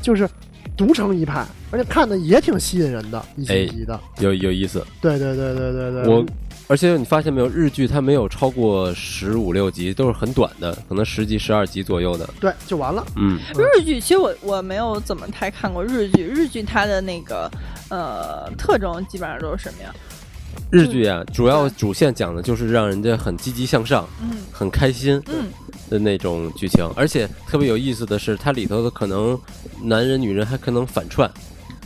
A: 就是独成一派，而且看的也挺吸引人的，一集一集的。
B: 有有意思。
A: 对对对对对对，
B: 我，而且你发现没有，日剧它没有超过十五六集，都是很短的，可能十集、十二集左右的。
A: 对就完了。
B: 嗯，
C: 日剧其实我我没有怎么太看过日剧，日剧它的那个呃特征基本上都是什么呀？
B: 日剧啊，主要主线讲的就是让人家很积极向上、
C: 嗯
B: 很开心
C: 嗯，
B: 的那种剧情，而且特别有意思的是，它里头的可能男人、女人还可能反串。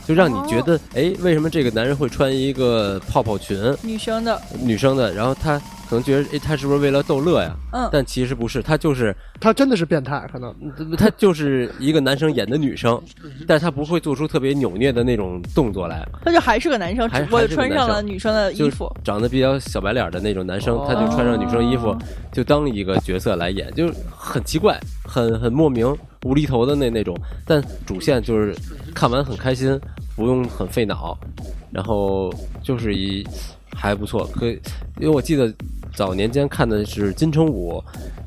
B: 就让你觉
C: 哦
B: 得，哎，为什么这个男人会穿一个泡泡裙，
C: 女生的
B: 女生的，然后他可能觉得哎，他是不是为了逗乐呀？
C: 嗯
B: 但其实不是，他就是
A: 他真的是变态，可能
B: 他就是一个男生演的女生，但是他不会做出特别扭捏的那种动作来，
C: 他就还是个男生，
B: 还
C: 只不过
B: 还是个
C: 穿
B: 男
C: 上
B: 生
C: 了女生的衣
B: 就
C: 服。
B: 长得比较小白脸的那种男生
A: 哦，
B: 他就穿上女生衣服，就当一个角色来演，就是很奇怪，很很莫名无厘头的那那种，但主线就是看完很开心，不用很费脑，然后就是一还不错，可以因为我记得早年间看的是金城武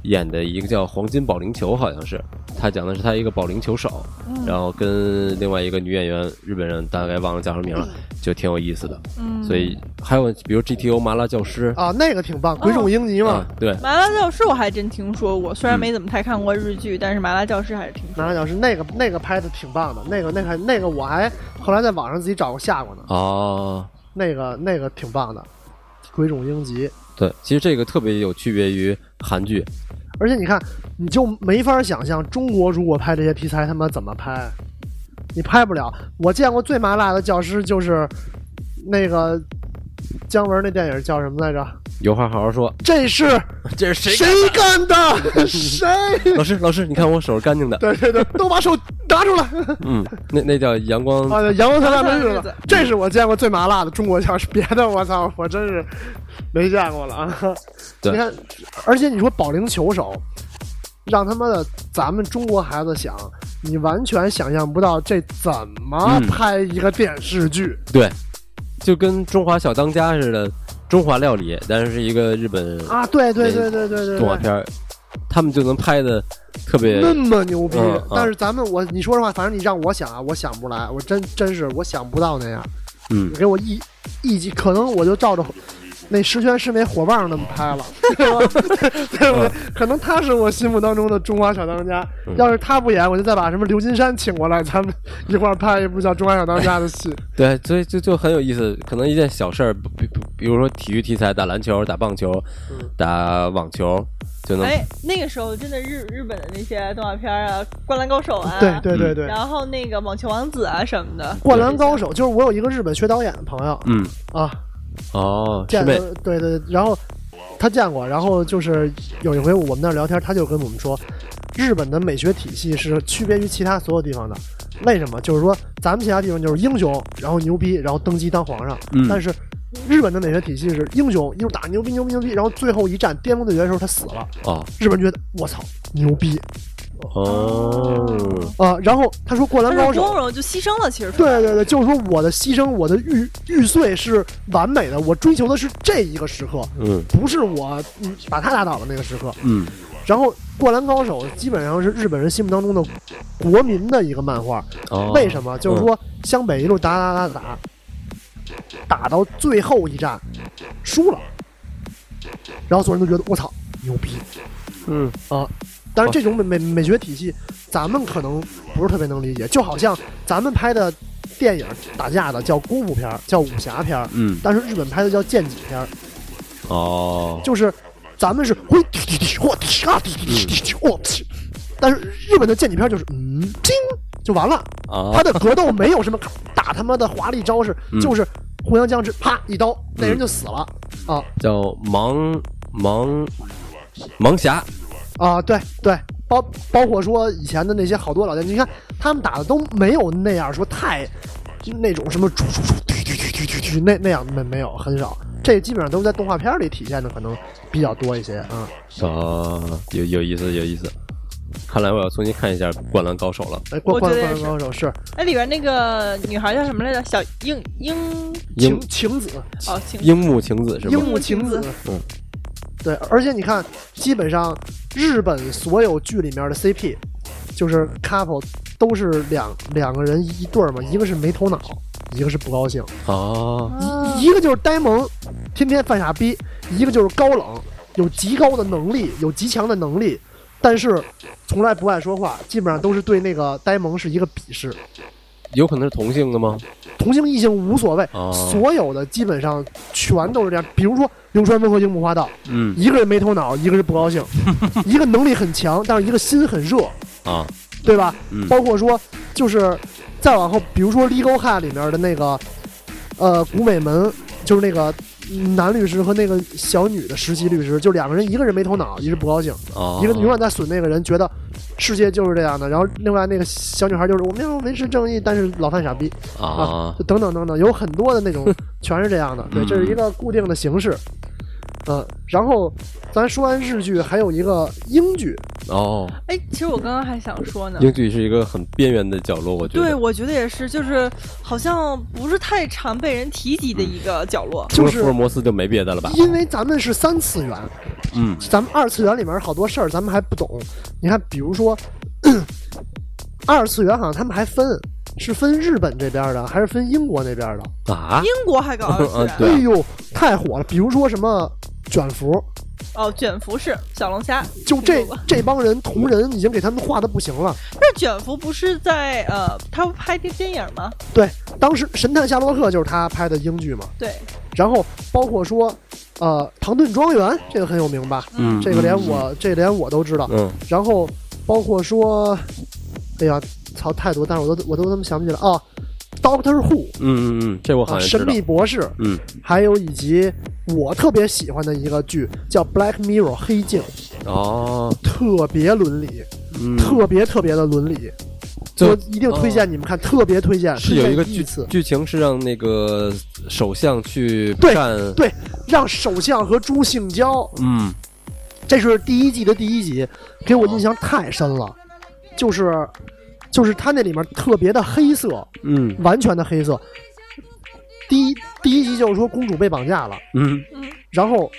B: 演的一个叫《黄金保龄球》，好像是他讲的是他一个保龄球手，
C: 嗯
B: 然后跟另外一个女演员日本人，大概忘了叫什么名了，就挺有意思的。
C: 嗯，
B: 所以还有比如 GTO 麻辣教师
A: 啊，那个挺棒，鬼冢英吉嘛
B: 啊，，对，
C: 麻辣教师我还真听说过，虽然没怎么太看过日剧，但是麻辣教师还是听说
A: 男主角是那个那个拍的挺棒的，那个那个那个我还后来在网上自己找过下过呢，
B: 哦，
A: 那个那个挺棒的，鬼冢英吉。
B: 对，其实这个特别有区别于韩剧，
A: 而且你看，你就没法想象中国如果拍这些题材，他妈怎么拍？你拍不了。我见过最麻辣的教师就是那个姜文那电影叫什么来着？
B: 有话好好说。
A: 这是
B: 这是
A: 谁干 的？谁？
B: 老师，老师，你看我手是干净的。
A: 对对对，都把手拿出来！
B: 嗯，那那叫阳光
A: 啊，阳光灿烂的日
C: 阳光灿烂的日
A: 子
C: 子，
A: 这是我见过最麻辣的中国教师。别的我 操，我真是没见过了啊！
B: 对
A: 你看，而且你说保龄球手，让他妈的咱们中国孩子想，你完全想象不到这怎么
B: 嗯
A: 拍一个电视剧。
B: 对，就跟《中华小当家》似的，中华料理，但是是一个日本
A: 啊！对对对对对对
B: 动画
A: 对。
B: 片儿，他们就能拍的特别
A: 那么牛逼
B: 嗯嗯，
A: 但是咱们我你说实话，反正你让我想啊，我想不来，我真真是我想不到那样。
B: 嗯
A: 你给我一一集，可能我就照着那十全十美火棒那么拍了， 对吧？ 对不对？可能他是我心目当中的中华小当家。
B: 嗯
A: 要是他不演，我就再把什么刘金山请过来，咱们一块儿拍一部叫《中华小当家》的戏。
B: 对，所以就就很有意思。可能一件小事儿，比比比如说体育题材，打篮球、打棒球、打网球，就能
C: 哎，那个时候真的日日本的那些动画片儿啊，《灌篮高手》啊，
A: 对对对对，
C: 然后那个《网球王子》啊什么的，
A: 灌篮高手》就是我有一个日本学导演的朋友
B: 嗯
A: 啊，
B: 哦，师
A: 见
B: 妹
A: 过，对对，对然后他见过，然后就是有一回我们那儿聊天，他就跟我们说，日本的美学体系是区别于其他所有地方的。为什么？就是说咱们其他地方就是英雄，然后牛逼，然后登基当皇上，
B: 嗯
A: 但是。日本的美学体系是英雄一路打牛逼牛逼牛逼，然后最后一战巅峰对决的时候他死了，
B: 哦
A: 日本人觉得我操牛逼
B: 哦，
A: 啊、然后他说灌
C: 但
A: 篮高
C: 是
A: 手
C: 光，荣就牺牲了，其实
A: 对对对，就是说我的牺牲我的玉玉碎是完美的，我追求的是这一个时刻，
B: 嗯
A: 不是我嗯把他打倒的那个时刻。
B: 嗯
A: 然后《灌篮高手》基本上是日本人心目当中的国民的一个漫画。
B: 哦，
A: 为什么？就是说湘北一路打打打打，打到最后一战输了，然后所有人都觉得我操牛逼。
B: 嗯
A: 啊。但是这种美美美学体系，咱们可能不是特别能理解。就好像咱们拍的电影打架的叫功夫片儿，叫武侠片儿，
B: 嗯
A: 但是日本拍的叫剑戟片儿。
B: 哦，
A: 就是咱们是呼滴滴滴嚯滴啊滴滴滴滴滴嚯滴，但是日本的剑戟片就是嗯叮就完了，
B: 啊
A: 他的格斗没有什么打他妈的华丽招式，
B: 嗯
A: 就是互相僵持，啪一刀，那人就死了啊
B: 叫盲盲盲侠，
A: 啊！对对，包包括说以前的那些好多老将，你看他们打的都没有那样说太就那种什么出出出滴滴滴滴滴那那样没没有很少，这基本上都是在动画片里体现的可能比较多一些啊。
B: 哦，有有意思有意思，看来我要重新看一下《灌篮高手》了，
A: 哎，灌
C: 我觉
A: 灌
C: 得也
A: 灌
C: 是
A: 高手是
C: 哎，里边那个女孩叫什么来着？小樱樱
A: 晴
B: 樱
A: 晴子，
C: 哦，晴
B: 樱木晴子是
A: 樱
B: 吗？
A: 木晴子
C: 樱木晴子，
B: 嗯，
A: 对，而且你看，基本上日本所有剧里面的 CP，就是 couple 都是两两个人一对儿嘛，一个是没头脑，一个是不高兴，
B: 哦，
C: 啊
A: 一个就是呆萌，天天犯傻逼，一个就是高冷，有极高的能力，有极强的能力，但是从来不爱说话，基本上都是对那个呆萌是一个鄙视。
B: 有可能是同性的吗？
A: 同性异性无所谓，
B: 哦
A: 所有的基本上全都是这样。比如说流川枫和樱木花道，
B: 嗯
A: 一个人没头脑，一个是不高 兴，一个能力很强，但是一个心很热，
B: 啊，
A: 对吧？
B: 嗯
A: 包括说，就是再往后，比如说《Legal High》里面的那个，呃，古美门，就是那个男律师和那个小女的实习律师，就两个人，一个人没头脑，一是不高兴，
B: 哦，
A: 一个永远在损那个人，觉得世界就是这样的。然后另外那个小女孩就是我们要维持正义，但是老犯傻逼啊
B: 啊，，
A: 就等等等等，有很多的那 种全是这样的。对，这是一个
B: 嗯
A: 固定的形式。呃，然后咱说完日剧，还有一个英剧，
B: 哦，
C: 哎，其实我刚刚还想说呢。
B: 英剧是一个很边缘的角落，我觉得。
C: 对，我觉得也是，就是好像不是太常被人提及的一
A: 嗯
C: 个角落。
B: 除
A: 就
B: 了
A: 是
B: 福尔摩斯就没别的了吧？
A: 因为咱们是三次元，
B: 嗯，
A: 咱们二次元里面好多事儿咱们还不懂。你看，比如说 二次元好像他们还分，是分日本这边的，还是分英国那边的？
B: 啊，
C: 英国还搞二次
B: 对啊
C: 元
A: 哎呦，太火了！比如说什么卷福，
C: 哦，卷福是小龙虾，
A: 就这
B: 哎
C: 听说过
A: 这帮人同人已经给他们画的不行了。
C: 那卷福不是在呃，他不拍电电影吗？
A: 对，当时《神探夏洛克》就是他拍的英剧嘛，
C: 对，
A: 然后包括说，呃，《唐顿庄园》这个很有名吧？
B: 嗯，
A: 这个连我这连我都知道。
B: 嗯，
A: 然后包括说，哎呀，操，太多，但是我都我都他妈想不起来啊。Doctor Who，
B: 嗯嗯嗯，这我好
A: 啊，
B: 像知
A: 神
B: 道
A: 秘。博士，
B: 嗯，
A: 还有以及我特别喜欢的一个剧叫《Black Mirror》黑镜，
B: 哦，
A: 特别伦理，
B: 嗯，
A: 特别特别的伦理，
B: 就哦
A: 我一定推荐你们看，特别推荐。
B: 是有一个
A: 推荐
B: 剧
A: 次，
B: 剧情是让那个首相去
A: 对
B: 干，
A: 对，让首相和猪性交，
B: 嗯，
A: 这是第一季的第一集，给我印象太深了，就是。就是它那里面特别的黑色，
B: 嗯
A: 完全的黑色。第一第一集就是说公主被绑架了，
B: 嗯
A: 然后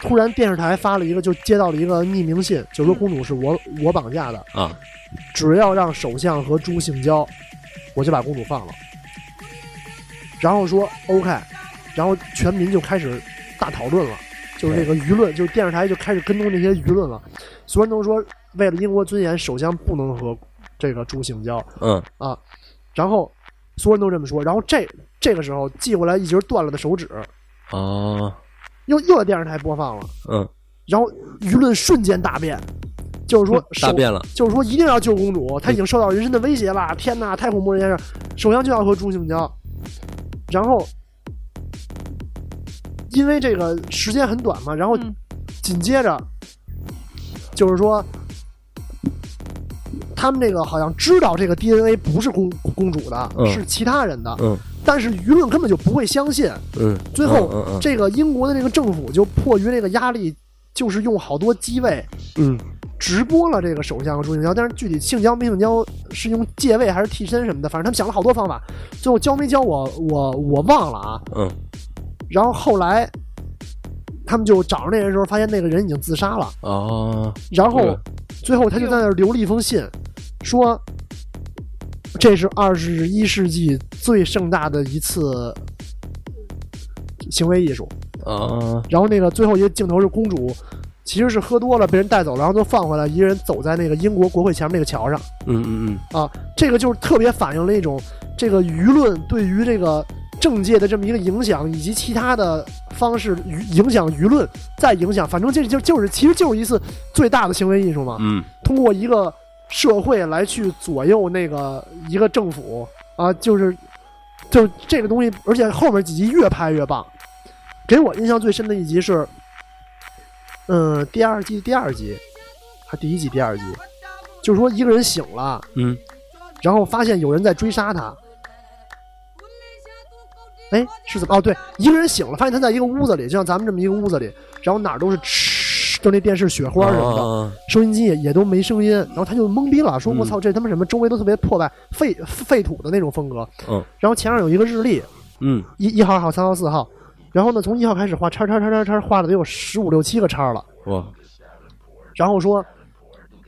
A: 突然电视台发了一个，就接到了一个匿名信，就说公主是我我绑架的，
B: 啊，
A: 只要让首相和猪性交，我就把公主放了。然后说 OK，然后全民就开始大讨论了，就是那个舆论，就是电视台就开始跟踪这些舆论了。所有人都说，为了英国尊严，首相不能和这个猪性交。
B: 嗯
A: 然后所有人都这么说。然后这这个时候寄过来一截断了的手指，
B: 哦，
A: 又又在电视台播放了。
B: 嗯，
A: 然后舆论瞬间大变，就是说
B: 嗯大
A: 首
B: 变了，嗯
A: 就是说一定要救公主，她已经受到人身的威胁了。天哪，太恐怖了！先生，首相就要和朱性交，然后因为这个时间很短嘛，然后
C: 嗯
A: 紧接着就是说。他们这个好像知道这个 DNA 不是公公主的，
B: 嗯
A: 是其他人的，
B: 嗯
A: 但是舆论根本就不会相信。
B: 嗯，
A: 最
B: 嗯
A: 后
B: 嗯，
A: 这个英国的这个政府就迫于这个压力，就是用好多机位，
B: 嗯，
A: 直播了这个首相和朱性交，但是具体性交没性交是用借位还是替身什么的，反正他们想了好多方法，最后交没交我我我忘了啊。
B: 嗯
A: 然后后来他们就找着那人的时候，发现那个人已经自杀了，
B: 哦，
A: 然后
B: 嗯
A: 最后他就在那儿留了一封信，说这是二十一世纪最盛大的一次行为艺术。
B: 啊，
A: 然后那个最后一个镜头是公主，其实是喝多了被人带走了，然后就放回来，一个人走在那个英国国会前面那个桥上
B: 嗯嗯嗯，
A: 啊，这个就是特别反映了一种这个舆论对于这个政界的这么一个影响，以及其他的方式舆影响舆论，再影响，反正这就就是其实就是一次最大的行为艺术嘛，
B: 嗯
A: 通过一个社会来去左右那个一个政府啊，就是就是这个东西，而且后面几集越拍越棒。给我印象最深的一集是，嗯，第二季第二集，还第一集第二集，就是说一个人醒了，
B: 嗯，
A: 然后发现有人在追杀他。哎，是怎么？哦，对，一个人醒了，发现他在一个屋子里，就像咱们这么一个屋子里，然后哪儿都是嗤，就那电视雪花什么的，
B: 啊
A: 收音机也也都没声音，然后他就懵逼了，说：“
B: 嗯
A: 我操，这他妈什么？周围都特别破败，废废土的那种风格。”
B: 嗯，
A: 然后前面有一个日历，
B: 嗯
A: 一一号、二号、三号、四号，然后呢，从一号开始画叉叉叉叉叉，画了得有十五六七个叉了。
B: 哇，
A: 然后说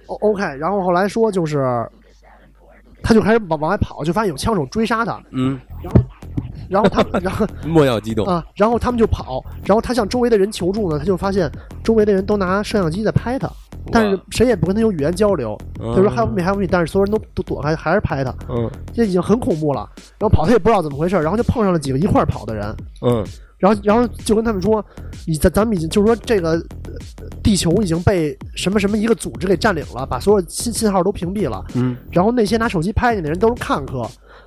A: ，O OK，然后后来说就是，他就开始往往外跑，就发现有枪手追杀他，
B: 嗯，
A: 然后他 们，然后
B: 莫要激动，
A: 啊，然后他们就跑，然后他向周围的人求助呢，他就发现周围的人都拿摄像机在拍他，但是谁也不跟他有语言交流。
B: 他
A: 他说还有米，还有米，但是所有人都都躲开，还是拍他，
B: 嗯
A: 这已经很恐怖了。然后跑他也不知道怎么回事，然后就碰上了几个一块儿跑的人，
B: 嗯
A: 然后然后就跟他们说，你咱咱们已经就是说这个呃地球已经被什么什么一个组织给占领了，把所有信信号都屏蔽了。
B: 嗯
A: 然后那些拿手机拍你的人都是看客，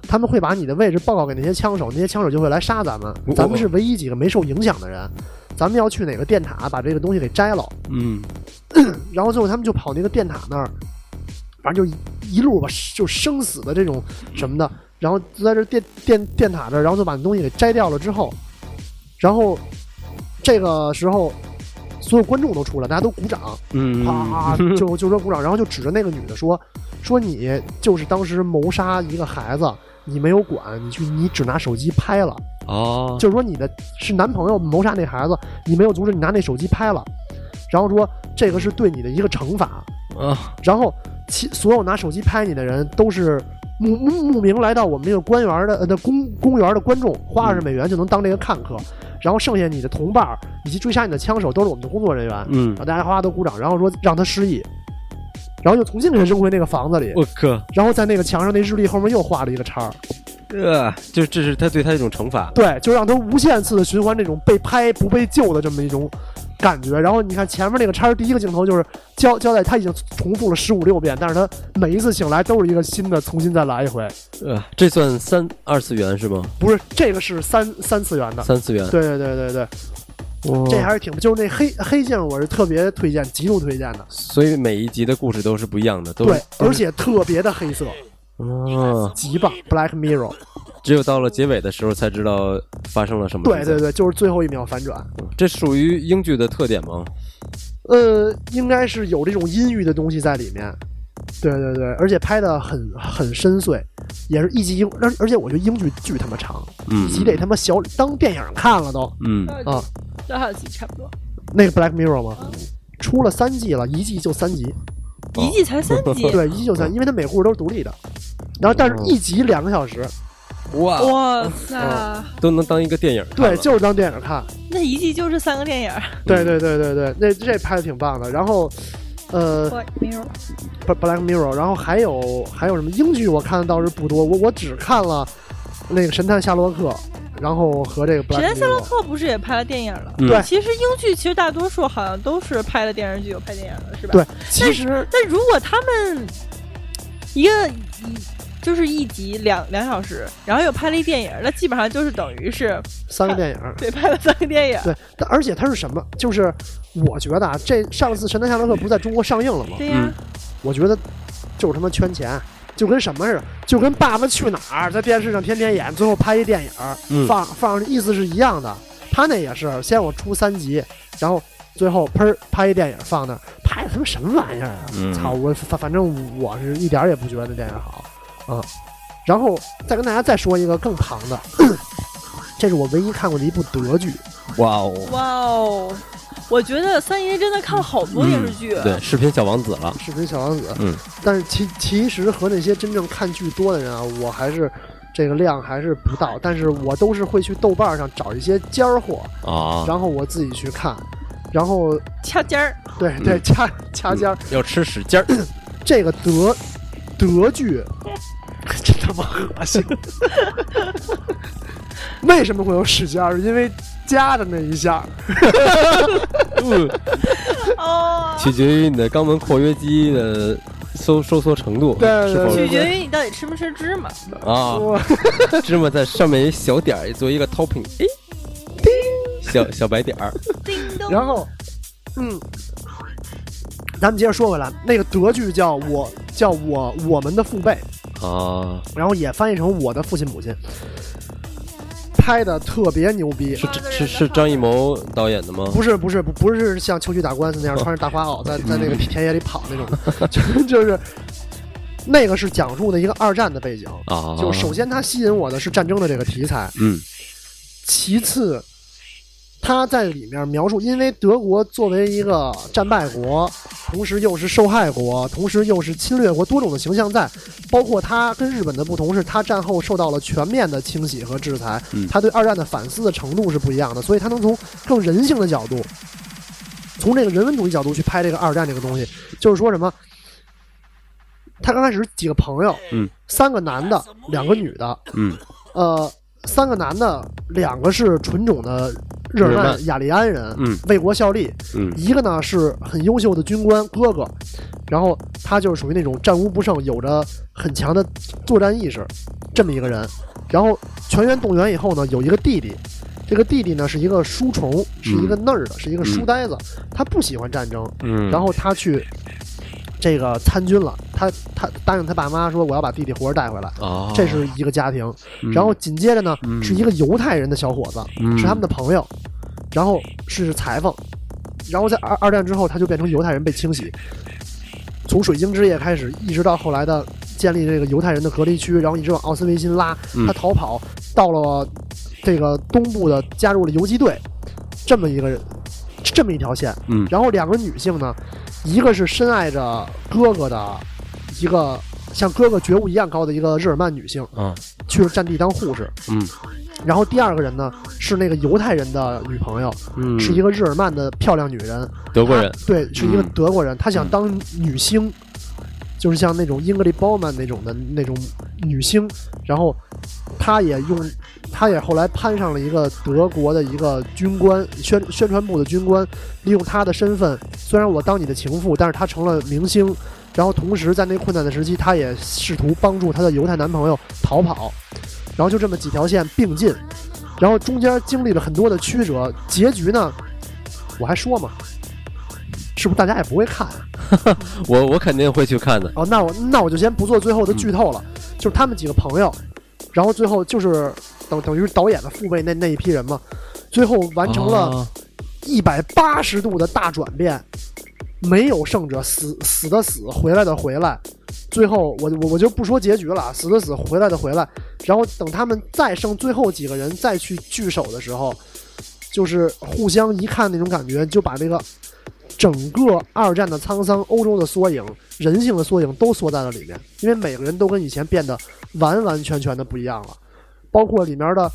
A: 他们会把你的位置报告给那些枪手，那些枪手就会来杀咱们
B: 我。
A: 咱们是唯一几个没受影响的人。咱们要去哪个电塔，把这个东西给摘了。
B: 嗯，
A: 然后最后他们就跑那个电塔那儿，反正就一一路吧，就生死的这种什么的，然后就在这电电电塔这儿，然后就把那东西给摘掉了之后，然后这个时候所有观众都出来，大家都鼓掌，
B: 嗯
A: 啊，就就说鼓掌，然后就指着那个女的说说你就是当时谋杀一个孩子，你没有管，你去你只拿手机拍了。
B: 哦，
A: 就是说你的是男朋友谋杀那孩子，你没有阻止你拿那手机拍了，然后说这个是对你的一个惩罚，
B: 啊，
A: 然后其所有拿手机拍你的人都是慕慕慕名来到我们这个官园的呃那公公园的观众，花二十美元就能当这个看客，然后剩下你的同伴儿以及追杀你的枪手都是我们的工作人员，
B: 嗯
A: 然，后大家哗哗都鼓掌，然后说让他失忆，然后又重新给他扔回那个房子里，
B: 我靠，
A: 然后在那个墙上那日历后面又画了一个叉儿。
B: 这呃就这是他对他一种惩罚，
A: 对，就让他无限次的循环这种被拍不被救的这么一种感觉。然后你看前面那个叉儿，第一个镜头就是交交代他已经重复了十五六遍，但是他每一次醒来都是一个新的，重新再来一回。
B: 呃，这算三二次元是吗？
A: 不是，这个是三三次元的。
B: 三次元，
A: 啊对对对对对，这还是挺就是那黑黑镜，我是特别推荐，极度推荐的。
B: 所以每一集的故事都是不一样的，都
A: 对
B: 是，
A: 而且特别的黑色，
B: 嗯，
A: 极棒，Black Mirror。
B: 只有到了结尾的时候才知道发生了什么。
A: 对对，对，就是最后一秒反转。
B: 这属于英剧的特点吗？
A: 呃，应该是有这种阴郁的东西在里面。对对对，而且拍的很很深邃，也是一集英，而而且我觉得英剧巨他妈长，
B: 嗯
A: 一集得他妈小当电影看了都
B: 嗯，
A: 啊！
C: 多少集差不
A: 哦
C: 多？
A: 那个 Black Mirror 嘛，出了三季了，一季就三集，
C: 一季才三 集，
A: 对，一季就三，因为它每户都是独立的，然后但
B: 哦
A: 是一集两个小时，
B: 哇，
C: 哇
A: 嗯
C: 塞，
B: 都能当一个电影看
A: 对，
B: 了
A: 就是当电影看，
C: 那一季就是三个电影儿。
A: 对对对对对，那这拍的挺棒的，然后。呃，
C: 没有，
A: Bla- Black Mirror，然后还有还有什么英剧，我看的倒是不多，我我只看了那个神探夏洛克，然后和这个
C: 神
A: Black
C: 探夏洛
A: Mirror。
C: 克不是也拍了电影了？
B: 嗯
A: 对
C: 其实英剧其实大多数好像都是拍了电视剧有拍电影的，是吧？
A: 对，其实
C: 但如果他们一个一就是一集两两小时，然后又拍了一电影，那基本上就是等于是
A: 三个电影，
C: 对拍了三个电影。
A: 对，但而且它是什么？就是我觉得啊，这上次神探夏洛克不是在中国上映了吗？
C: 对呀、
A: 我觉得就是他妈圈钱，就跟什么似的，就跟《爸爸去哪儿》在电视上天天演，最后拍一电影儿
B: 嗯
A: 放放上去，意思是一样的。他那也是先我出三集，然后最后喷儿拍一电影放那儿，拍的他妈什么玩意儿啊！
B: 嗯
A: 操，我反反正我是一点儿也不觉得那电影好啊、然后再跟大家再说一个更长的， 这是我唯一看过的一部德剧，
B: 哇哦，
C: 哇哦！我觉得三爷真的看了好多电视剧，
B: 嗯对，视频小王子了，
A: 《视频小王子》。
B: 嗯，
A: 但是其其实和那些真正看剧多的人啊，我还是这个量还是不到，但是我都是会去豆瓣上找一些尖儿货，
B: 啊，
A: 然后我自己去看，然后
C: 掐尖儿，
A: 对对掐掐尖儿，
B: 要吃屎尖儿，
A: 这个德德剧 真他妈恶心。为什么会有屎尖儿？因为夹的那一下儿，
B: 嗯
C: 哦，
B: 取决于你的肛门括约肌的收收缩程度，
A: 对对
B: 是否
C: 取决于你到底吃没吃芝麻。
B: 啊，
A: 我
B: 芝麻在上面一小点儿做一个 topping，哎，叮，小小白点儿，
C: 叮咚，
A: 然后，嗯，咱们接着说回来，那个德剧叫我叫我我们的父辈，
B: 啊，
A: 然后也翻译成我的父亲母亲，拍的特别牛逼。
B: 是这是是张艺谋导演的吗？
A: 不是不是不不是像秋菊打官司那样穿着大花袄在在那个田野里跑那种，就就是那个是讲述的一个二战的背景。
B: 啊，
A: 就首先它吸引我的是战争的这个题材，
B: 嗯
A: 其次，他在里面描述，因为德国作为一个战败国，同时又是受害国，同时又是侵略国，多种的形象在。包括他跟日本的不同是，他战后受到了全面的清洗和制裁
B: 嗯，
A: 他对二战的反思的程度是不一样的，所以他能从更人性的角度，从这个人文主义角度去拍这个二战这个东西，就是说什么。他刚开始几个朋友，
B: 嗯，
A: 三个男的，两个女的，
B: 嗯
A: 呃，三个男的，两个是纯种的日耳
B: 日耳
A: 曼
B: 曼
A: 雅利安人，
B: 嗯
A: 为国效力；
B: 嗯
A: 一个呢是很优秀的军官哥哥，然后他就是属于那种战无不胜，有着很强的作战意识。这么一个人。然后全员动员以后呢，有一个弟弟，这个弟弟呢是一个书虫，是一个那儿的，是一个书呆子，他不喜欢战争，
B: 嗯，
A: 然后他去这个参军了。他他答应他爸妈说，我要把弟弟活着带回来。
B: 哦，
A: 这是一个家庭，
B: 嗯，
A: 然后紧接着呢
B: 嗯
A: 是一个犹太人的小伙子，
B: 嗯
A: 是他们的朋友，然后是裁缝，然后在二二战之后，他就变成犹太人被清洗，从水晶之夜开始，一直到后来的建立这个犹太人的隔离区，然后一直往奥斯维辛拉，
B: 嗯
A: 他逃跑到了这个东部的，加入了游击队，这么一个人，这么一条线。
B: 嗯
A: 然后两个女性呢，一个是深爱着哥哥的一个像哥哥觉悟一样高的一个日耳曼女性，
B: 啊，
A: 去了战地当护士。
B: 嗯
A: 然后第二个人呢，是那个犹太人的女朋友，
B: 嗯，
A: 是一个日耳曼的漂亮女人，
B: 德国人
A: 她，对，是一个
B: 嗯
A: 德国人，她想当女星，就是像那种英格丽·褒曼那种的那种女星。然后，她也用，她也后来攀上了一个德国的一个军官，宣宣传部的军官，利用她的身份，虽然我当你的情妇，但是她成了明星。然后同时在那困难的时期，她也试图帮助她的犹太男朋友逃跑，然后就这么几条线并进，然后中间经历了很多的曲折，结局呢，我还说嘛，是不是大家也不会看？啊
B: 我我肯定会去看的，
A: 哦，那我那我就先不做最后的剧透了，就是他们几个朋友，然后最后就是等等于是导演的父辈那那一批人嘛，最后完成了
B: 哦
A: 一百八十度的大转变，没有胜者，死死的死，回来的回来。最后我我我就不说结局了啊，死的死，回来的回来。然后等他们再剩最后几个人再去聚首的时候，就是互相一看那种感觉，就把那个整个二战的沧桑、欧洲的缩影、人性的缩影都缩在了里面，因为每个人都跟以前变得完完全全的不一样了，包括里面的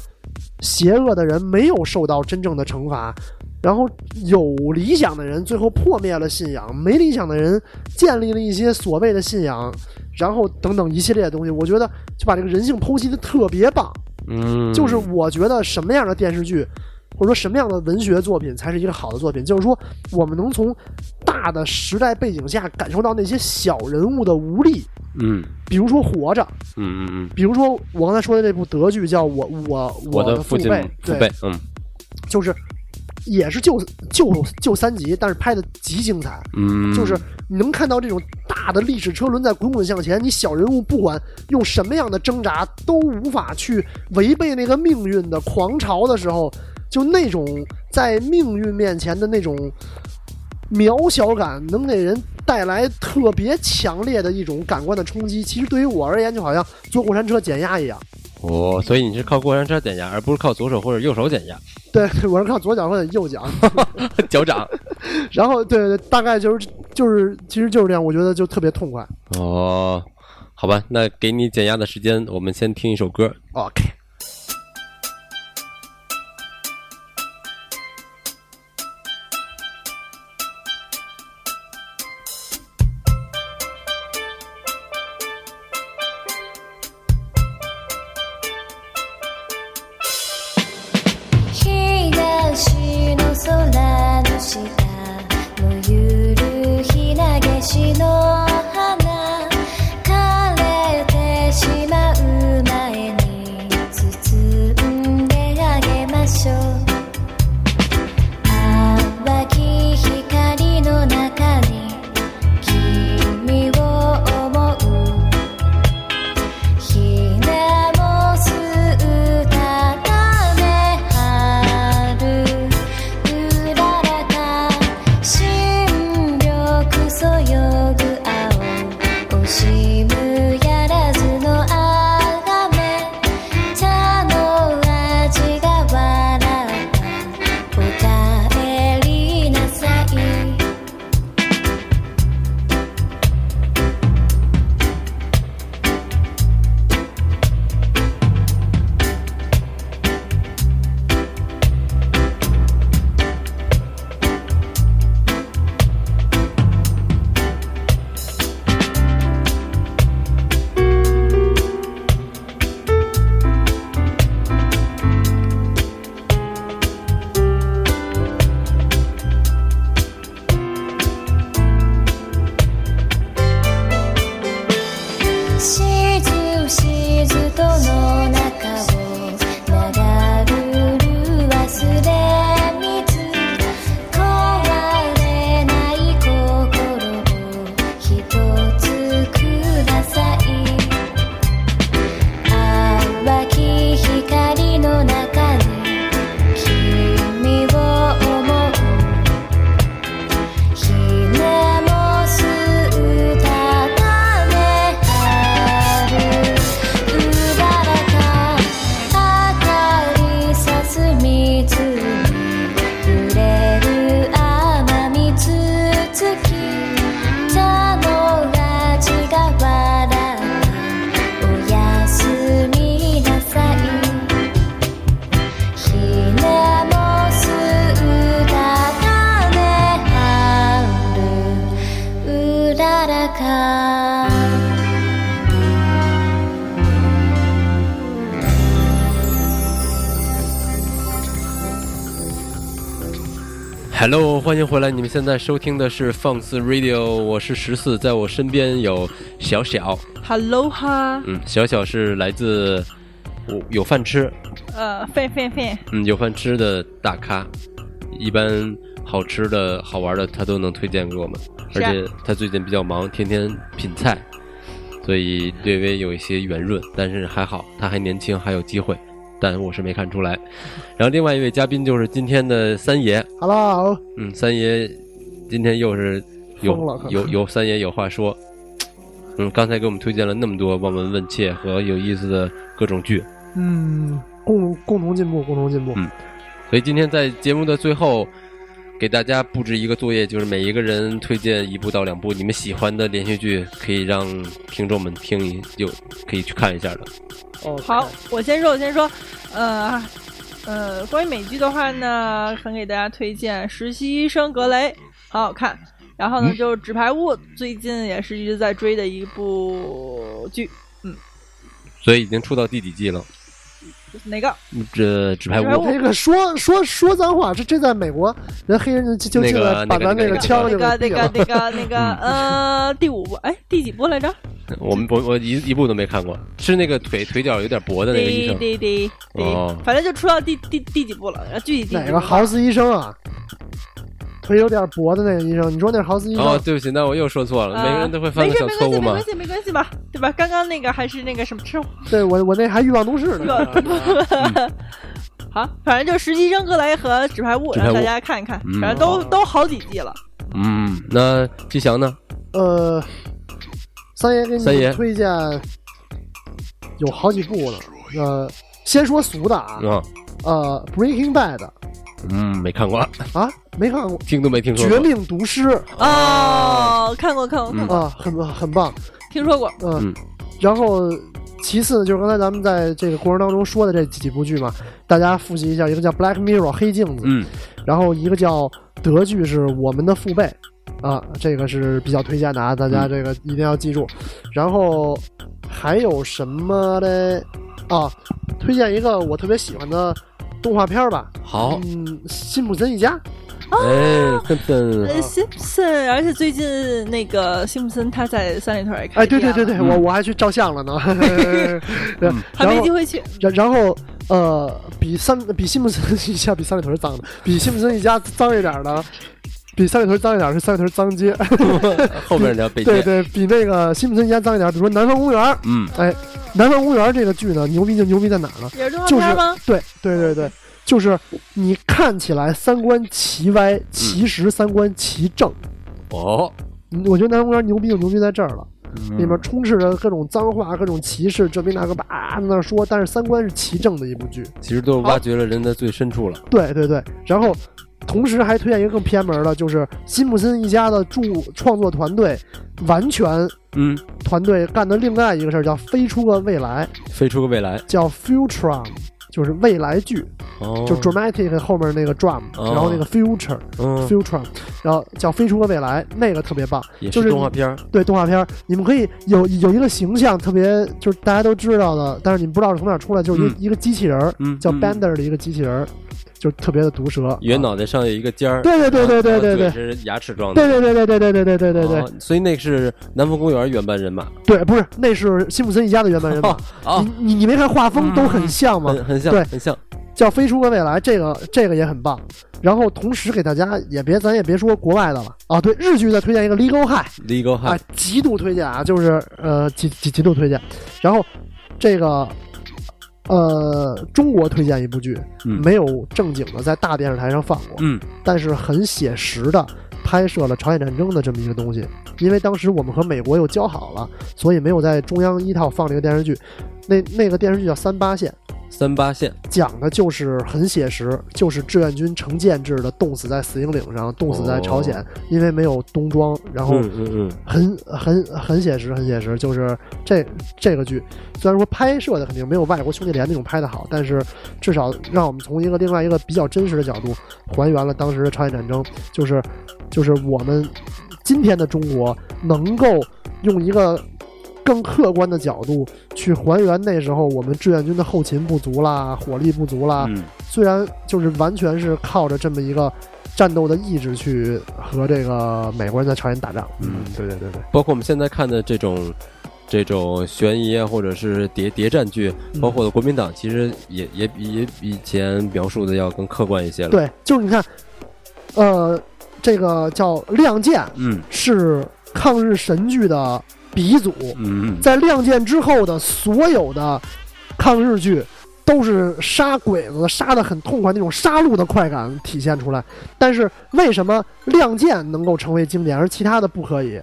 A: 邪恶的人没有受到真正的惩罚。然后有理想的人最后破灭了信仰，没理想的人建立了一些所谓的信仰，然后等等一系列的东西，我觉得就把这个人性剖析的特别棒。
B: 嗯，
A: 就是我觉得什么样的电视剧，或者说什么样的文学作品才是一个好的作品，就是说我们能从大的时代背景下感受到那些小人物的无力，
B: 嗯
A: 比如说《活着》，
B: 嗯嗯嗯，
A: 比如说我刚才说的这部德剧叫《我我
B: 我
A: 的父
B: 父亲
A: 辈》，
B: 父
A: 对
B: 辈，，嗯
A: 就是也是就就就三集，但是拍的极精彩。
B: 嗯，
A: 就是你能看到这种大的历史车轮在滚滚向前，你小人物不管用什么样的挣扎，都无法去违背那个命运的狂潮的时候，就那种在命运面前的那种渺小感，能给人带来特别强烈的一种感官的冲击。其实对于我而言，就好像坐过山车减压一样。
B: 哦，所以你是靠过山车减压，而不是靠左手或者右手减压，
A: 对我是靠左脚或者右脚，
B: 脚掌。
A: 然后对对，对大概就是就是其实就是这样，我觉得就特别痛快。
B: 哦，好吧，那给你减压的时间，我们先听一首歌。
A: OK。
F: 東の空の下のゆる日投しの花枯れてしまう前に摘か」
B: Hello，欢迎回来！你们现在收听的是放肆 Radio，我是十四，在我身边有小小，
C: Hello 哈，
B: 嗯，小小是来自我有饭吃，
C: 呃，费费费，
B: 嗯，有饭吃的大咖，一般好吃的好玩的他都能推荐给我们，而
C: 是啊
B: 且他最近比较忙，天天品菜，所以略微有一些圆润，但是还好，他还年轻，还有机会，但我是没看出来。然后另外一位嘉宾就是今天的三爷，
A: Hello，
B: 嗯，三爷今天又是
A: 疯了
B: 有
A: 可能
B: 有有三爷有话说。嗯，刚才给我们推荐了那么多望闻问切和有意思的各种剧，
A: 嗯，共共同进步，共同进步。
B: 嗯所以今天在节目的最后，给大家布置一个作业，就是每一个人推荐一部到两部你们喜欢的连续剧，可以让听众们听一有可以去看一下的。
A: 哦，
C: 好，我先说，我先说，呃呃，关于美剧的话呢，想给大家推荐《实习医生格雷》，好好看。然
B: 嗯
C: 后呢，就是《纸牌屋》，最近也是一直在追的一部剧，
B: 所以已经出到第几季了？嗯
C: 就是哪个？
B: 这纸牌
C: 纸牌
B: 屋
C: 屋
A: 那个说说说脏话，这这在美国人黑人就就
B: 那个
A: 进来把咱
B: 那
A: 那
B: 个
A: 个
C: 那
A: 枪
C: 个
A: 就
C: 那
A: 给
C: 个
A: 毙了。
C: 那个 那个呃，第五部哎，第几部来着？
B: 我们我我一一部都没看过，是那个腿腿脚有点薄的那个医
C: 第
B: 生，
C: 第第第
B: 哦，
C: 反正就出到第第第几部了，然后具体第几
A: 哪
C: 部
A: 个豪斯医生啊？腿有点薄的那个医生，你说那是豪斯医生？
B: 哦，对不起，那我又说错了。
C: 啊
B: 每个人都会犯个小错误
C: 没
B: 吗
C: 关？系，没关系，没关系吧，对吧？刚刚那个还是那个什么吃
A: 对我我那还欲望都市呢。
B: 嗯
C: 好，反正就实习生格雷和纸牌屋，
B: 纸牌屋
C: 让大家看一看
B: 嗯，
C: 反正
A: 哦
C: 都都好几季了。
B: 嗯，那吉祥呢？
A: 呃，三爷给你
B: 三爷
A: 们推荐有好几部呢。呃，先说俗的啊，
B: 啊，
A: 呃，《Breaking Bad》
B: 嗯，没看过，
A: 啊，没看过，《
B: 听都没听说
A: 绝
B: 过。
A: 命毒师》
C: 哦，看过，看过，看过，
A: 啊，很很棒。
C: 听说过。
A: 嗯
B: 嗯，
A: 然后其次就是刚才咱们在这个过程当中说的这几部剧嘛，大家复习一下，一个叫《Black Mirror》黑镜子，
B: 嗯，
A: 然后一个叫德剧是《我们的父辈》，啊，这个是比较推荐的啊，大家
B: 嗯
A: 这个一定要记住。然后还有什么嘞？啊，推荐一个我特别喜欢的动画片儿吧，
B: 好，
A: 嗯，辛普森一家，
B: 哎，笨笨，
C: 呃，辛普森，而且最近那个辛普森他在三里屯也开
A: 哎，
C: 店
A: 对
C: 了，
A: 对对对，
B: 嗯
A: 我我还去照相了呢， 对
C: 还
A: 然
C: 没
A: 后
C: 机会去。
A: 然然后呃，比三比辛普森一家比三里屯脏的，比辛普森一家脏一点儿的，比三里屯脏一点儿是三里屯脏街，
B: 后面聊北
A: 对
B: 京。
A: 对，比那个辛普森一家脏一点儿，比如说《南方公园》，
B: 嗯，
A: 哎，《南方公园》这个剧呢，牛逼就牛逼在哪儿呢？
C: 也是动画
A: 就是
C: 片吗？
A: 对对对对，就是你看起来三观齐歪，其实三观齐正。
B: 哦，
A: 嗯我觉得南方公园牛逼就牛逼在这儿了，里面充斥着各种脏话、各种歧视，这边那个吧在那儿说，但是三观是齐正的一部剧。
B: 其实都是挖掘了人的最深处了。
A: 对对对，然后同时还推荐一个更偏门的，就是辛普森一家的著创作团队，完全
B: 嗯，
A: 团队干的另外一个事儿叫飞出个未来，
B: 飞出个未来。
A: 叫 Futurum，就是未来剧，
B: 哦，
A: 就 dramatic 后面那个 drum，、
B: 哦
A: 然后那个 future、
B: 嗯，
A: futurum，然后叫飞出个未来，那个特别棒，
B: 也
A: 就是是
B: 动画片儿。
A: 对动画片儿，你们可以有有一个形象特别就是大家都知道的，但是你们不知道是从哪儿出来，就是一、
B: 嗯
A: 一个机器人儿，
B: 嗯
A: 叫
B: 嗯嗯
A: Bender 的一个机器人儿，就是特别的毒舌，
B: 圆脑袋上有一个尖儿。
A: 对对对对对对
B: 然后
A: 对
B: 嘴是牙齿状的。
A: 对对对对对对对对对对对
B: 哦所以那是南方公园原班人马。
A: 对，不是，那是辛普森一家的原班人马
B: 哦。 哦，嗯
A: 你你你没看画风都很像吗？
B: 很很像
A: 对，
B: 很像。
A: 叫《飞出个未来》，这个这个也很棒。然后同时给大家也别咱也别说国外的了啊，对日剧再推荐一个《Legal High》
B: Legal
A: 啊
B: High，，
A: 极度推荐啊，就是呃极极极度推荐。然后这个呃中国推荐一部剧，
B: 嗯
A: 没有正经的在大电视台上放过，
B: 嗯，
A: 但是很写实的拍摄了朝鲜战争的这么一个东西。因为当时我们和美国又交好了，所以没有在中央一套放这个电视剧。那那个电视剧叫《三八线》，
B: 三八线。
A: 讲的就是很写实，就是志愿军成建制的冻死在死营岭上，冻死在朝鲜，
B: 哦
A: 因为没有冬装，然后
B: 嗯嗯嗯，
A: 很很很写实，很写实。就是这这个剧，虽然说拍摄的肯定没有《外国兄弟连》那种拍的好，但是至少让我们从一个另外一个比较真实的角度还原了当时的朝鲜战争。就是就是我们今天的中国能够用一个更客观的角度去还原那时候我们志愿军的后勤不足啦、火力不足啦，
B: 嗯，
A: 虽然就是完全是靠着这么一个战斗的意志去和这个美国人在朝鲜打仗。
B: 嗯
A: 对对对对，
B: 包括我们现在看的这种这种悬疑啊，或者是谍谍战剧，
A: 嗯
B: 包括国民党，其实也也比也比以前描述的要更客观一些了。，
A: 对，就是你看，呃，这个叫《亮剑》
B: 嗯
A: 是抗日神剧的鼻祖，
B: 嗯嗯，
A: 在《亮剑》之后的所有的抗日剧。都是杀鬼子，杀的很痛快，那种杀戮的快感体现出来。但是为什么《亮剑》能够成为经典，而其他的不可以？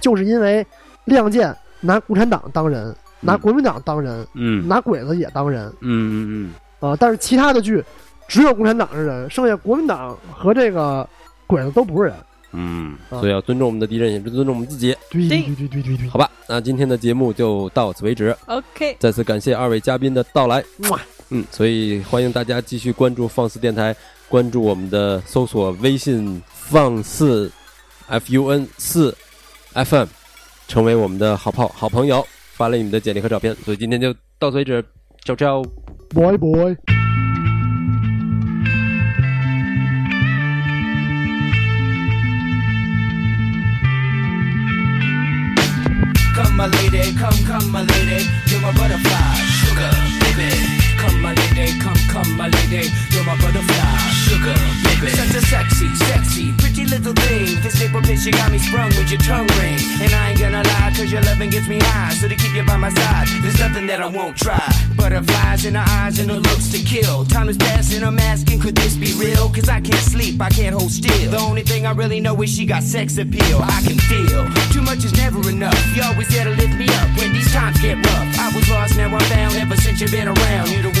A: 就是因为《亮剑》拿共产党当人，拿国民党当人，
B: 嗯
A: 拿鬼子也当人啊、
B: 嗯嗯
A: 但是其他的剧只有共产党是人，剩下国民党和这个鬼子都不是人。
B: 嗯嗯，
A: 啊
B: 所以要尊重我们的敌人，也尊重我们自己，
A: 对
C: 对
A: 对对对对对，
B: 好吧？那今天的节目就到此为止，
C: OK，
B: 再次感谢二位嘉宾的到来。
A: 哇
B: 嗯，所以欢迎大家继续关注放肆电台，关注我们的搜索微信放肆 F U N 四 F M，成为我们的好炮好朋友，发了你们的简历和照片。所以今天就到此为止，ciao ciao。
A: ，boy boy。
D: Come my lady, come, come my lady, you're my butterfly, sugar, baby. Come my lady, come, come my lady, you're my butterfly, sugar, baby. Such a sexy, sexy, pretty little thing. This April bitch, you got me sprung with your tongue ring. And I ain't gonna lie, cause your loving gets me high. So to keep you by my side, there's nothing that I won't try. Butterflies in her eyes and her looks to kill. Time is passing, I'm asking, could this be real? Cause I can't sleep, I can't hold still. The only thing I really know is she got sex appeal. I can feel too much is never enough. You always there to lift me up when these times get rough. I was lost, now I'm found. Ever since you've been around, you're the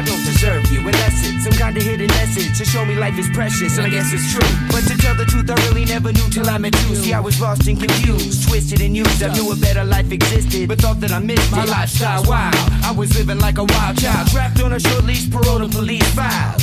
D: I don't deserve you unless it's some kind of hidden message to show me life is precious, and I guess it's true. But to tell the truth, I really never knew till I met you. See, I was lost and confused, twisted and used. I knew a better life existed, but thought that I missed it. my lifestyle. Wow, I was living like a wild child, trapped on a short leash, paroled in police files.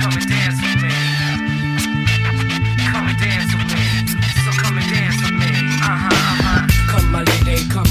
D: Come and dance with me come and dance with me. So come and dance with me. Uh-huh, uh-huh. Come my lady, come,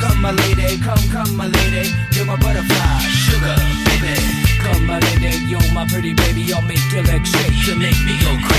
D: Come my lady, come, come my lady. You're my butterfly, sugar, baby. Come my lady, you're my pretty baby. I'll make your legs shake. You make me go crazy.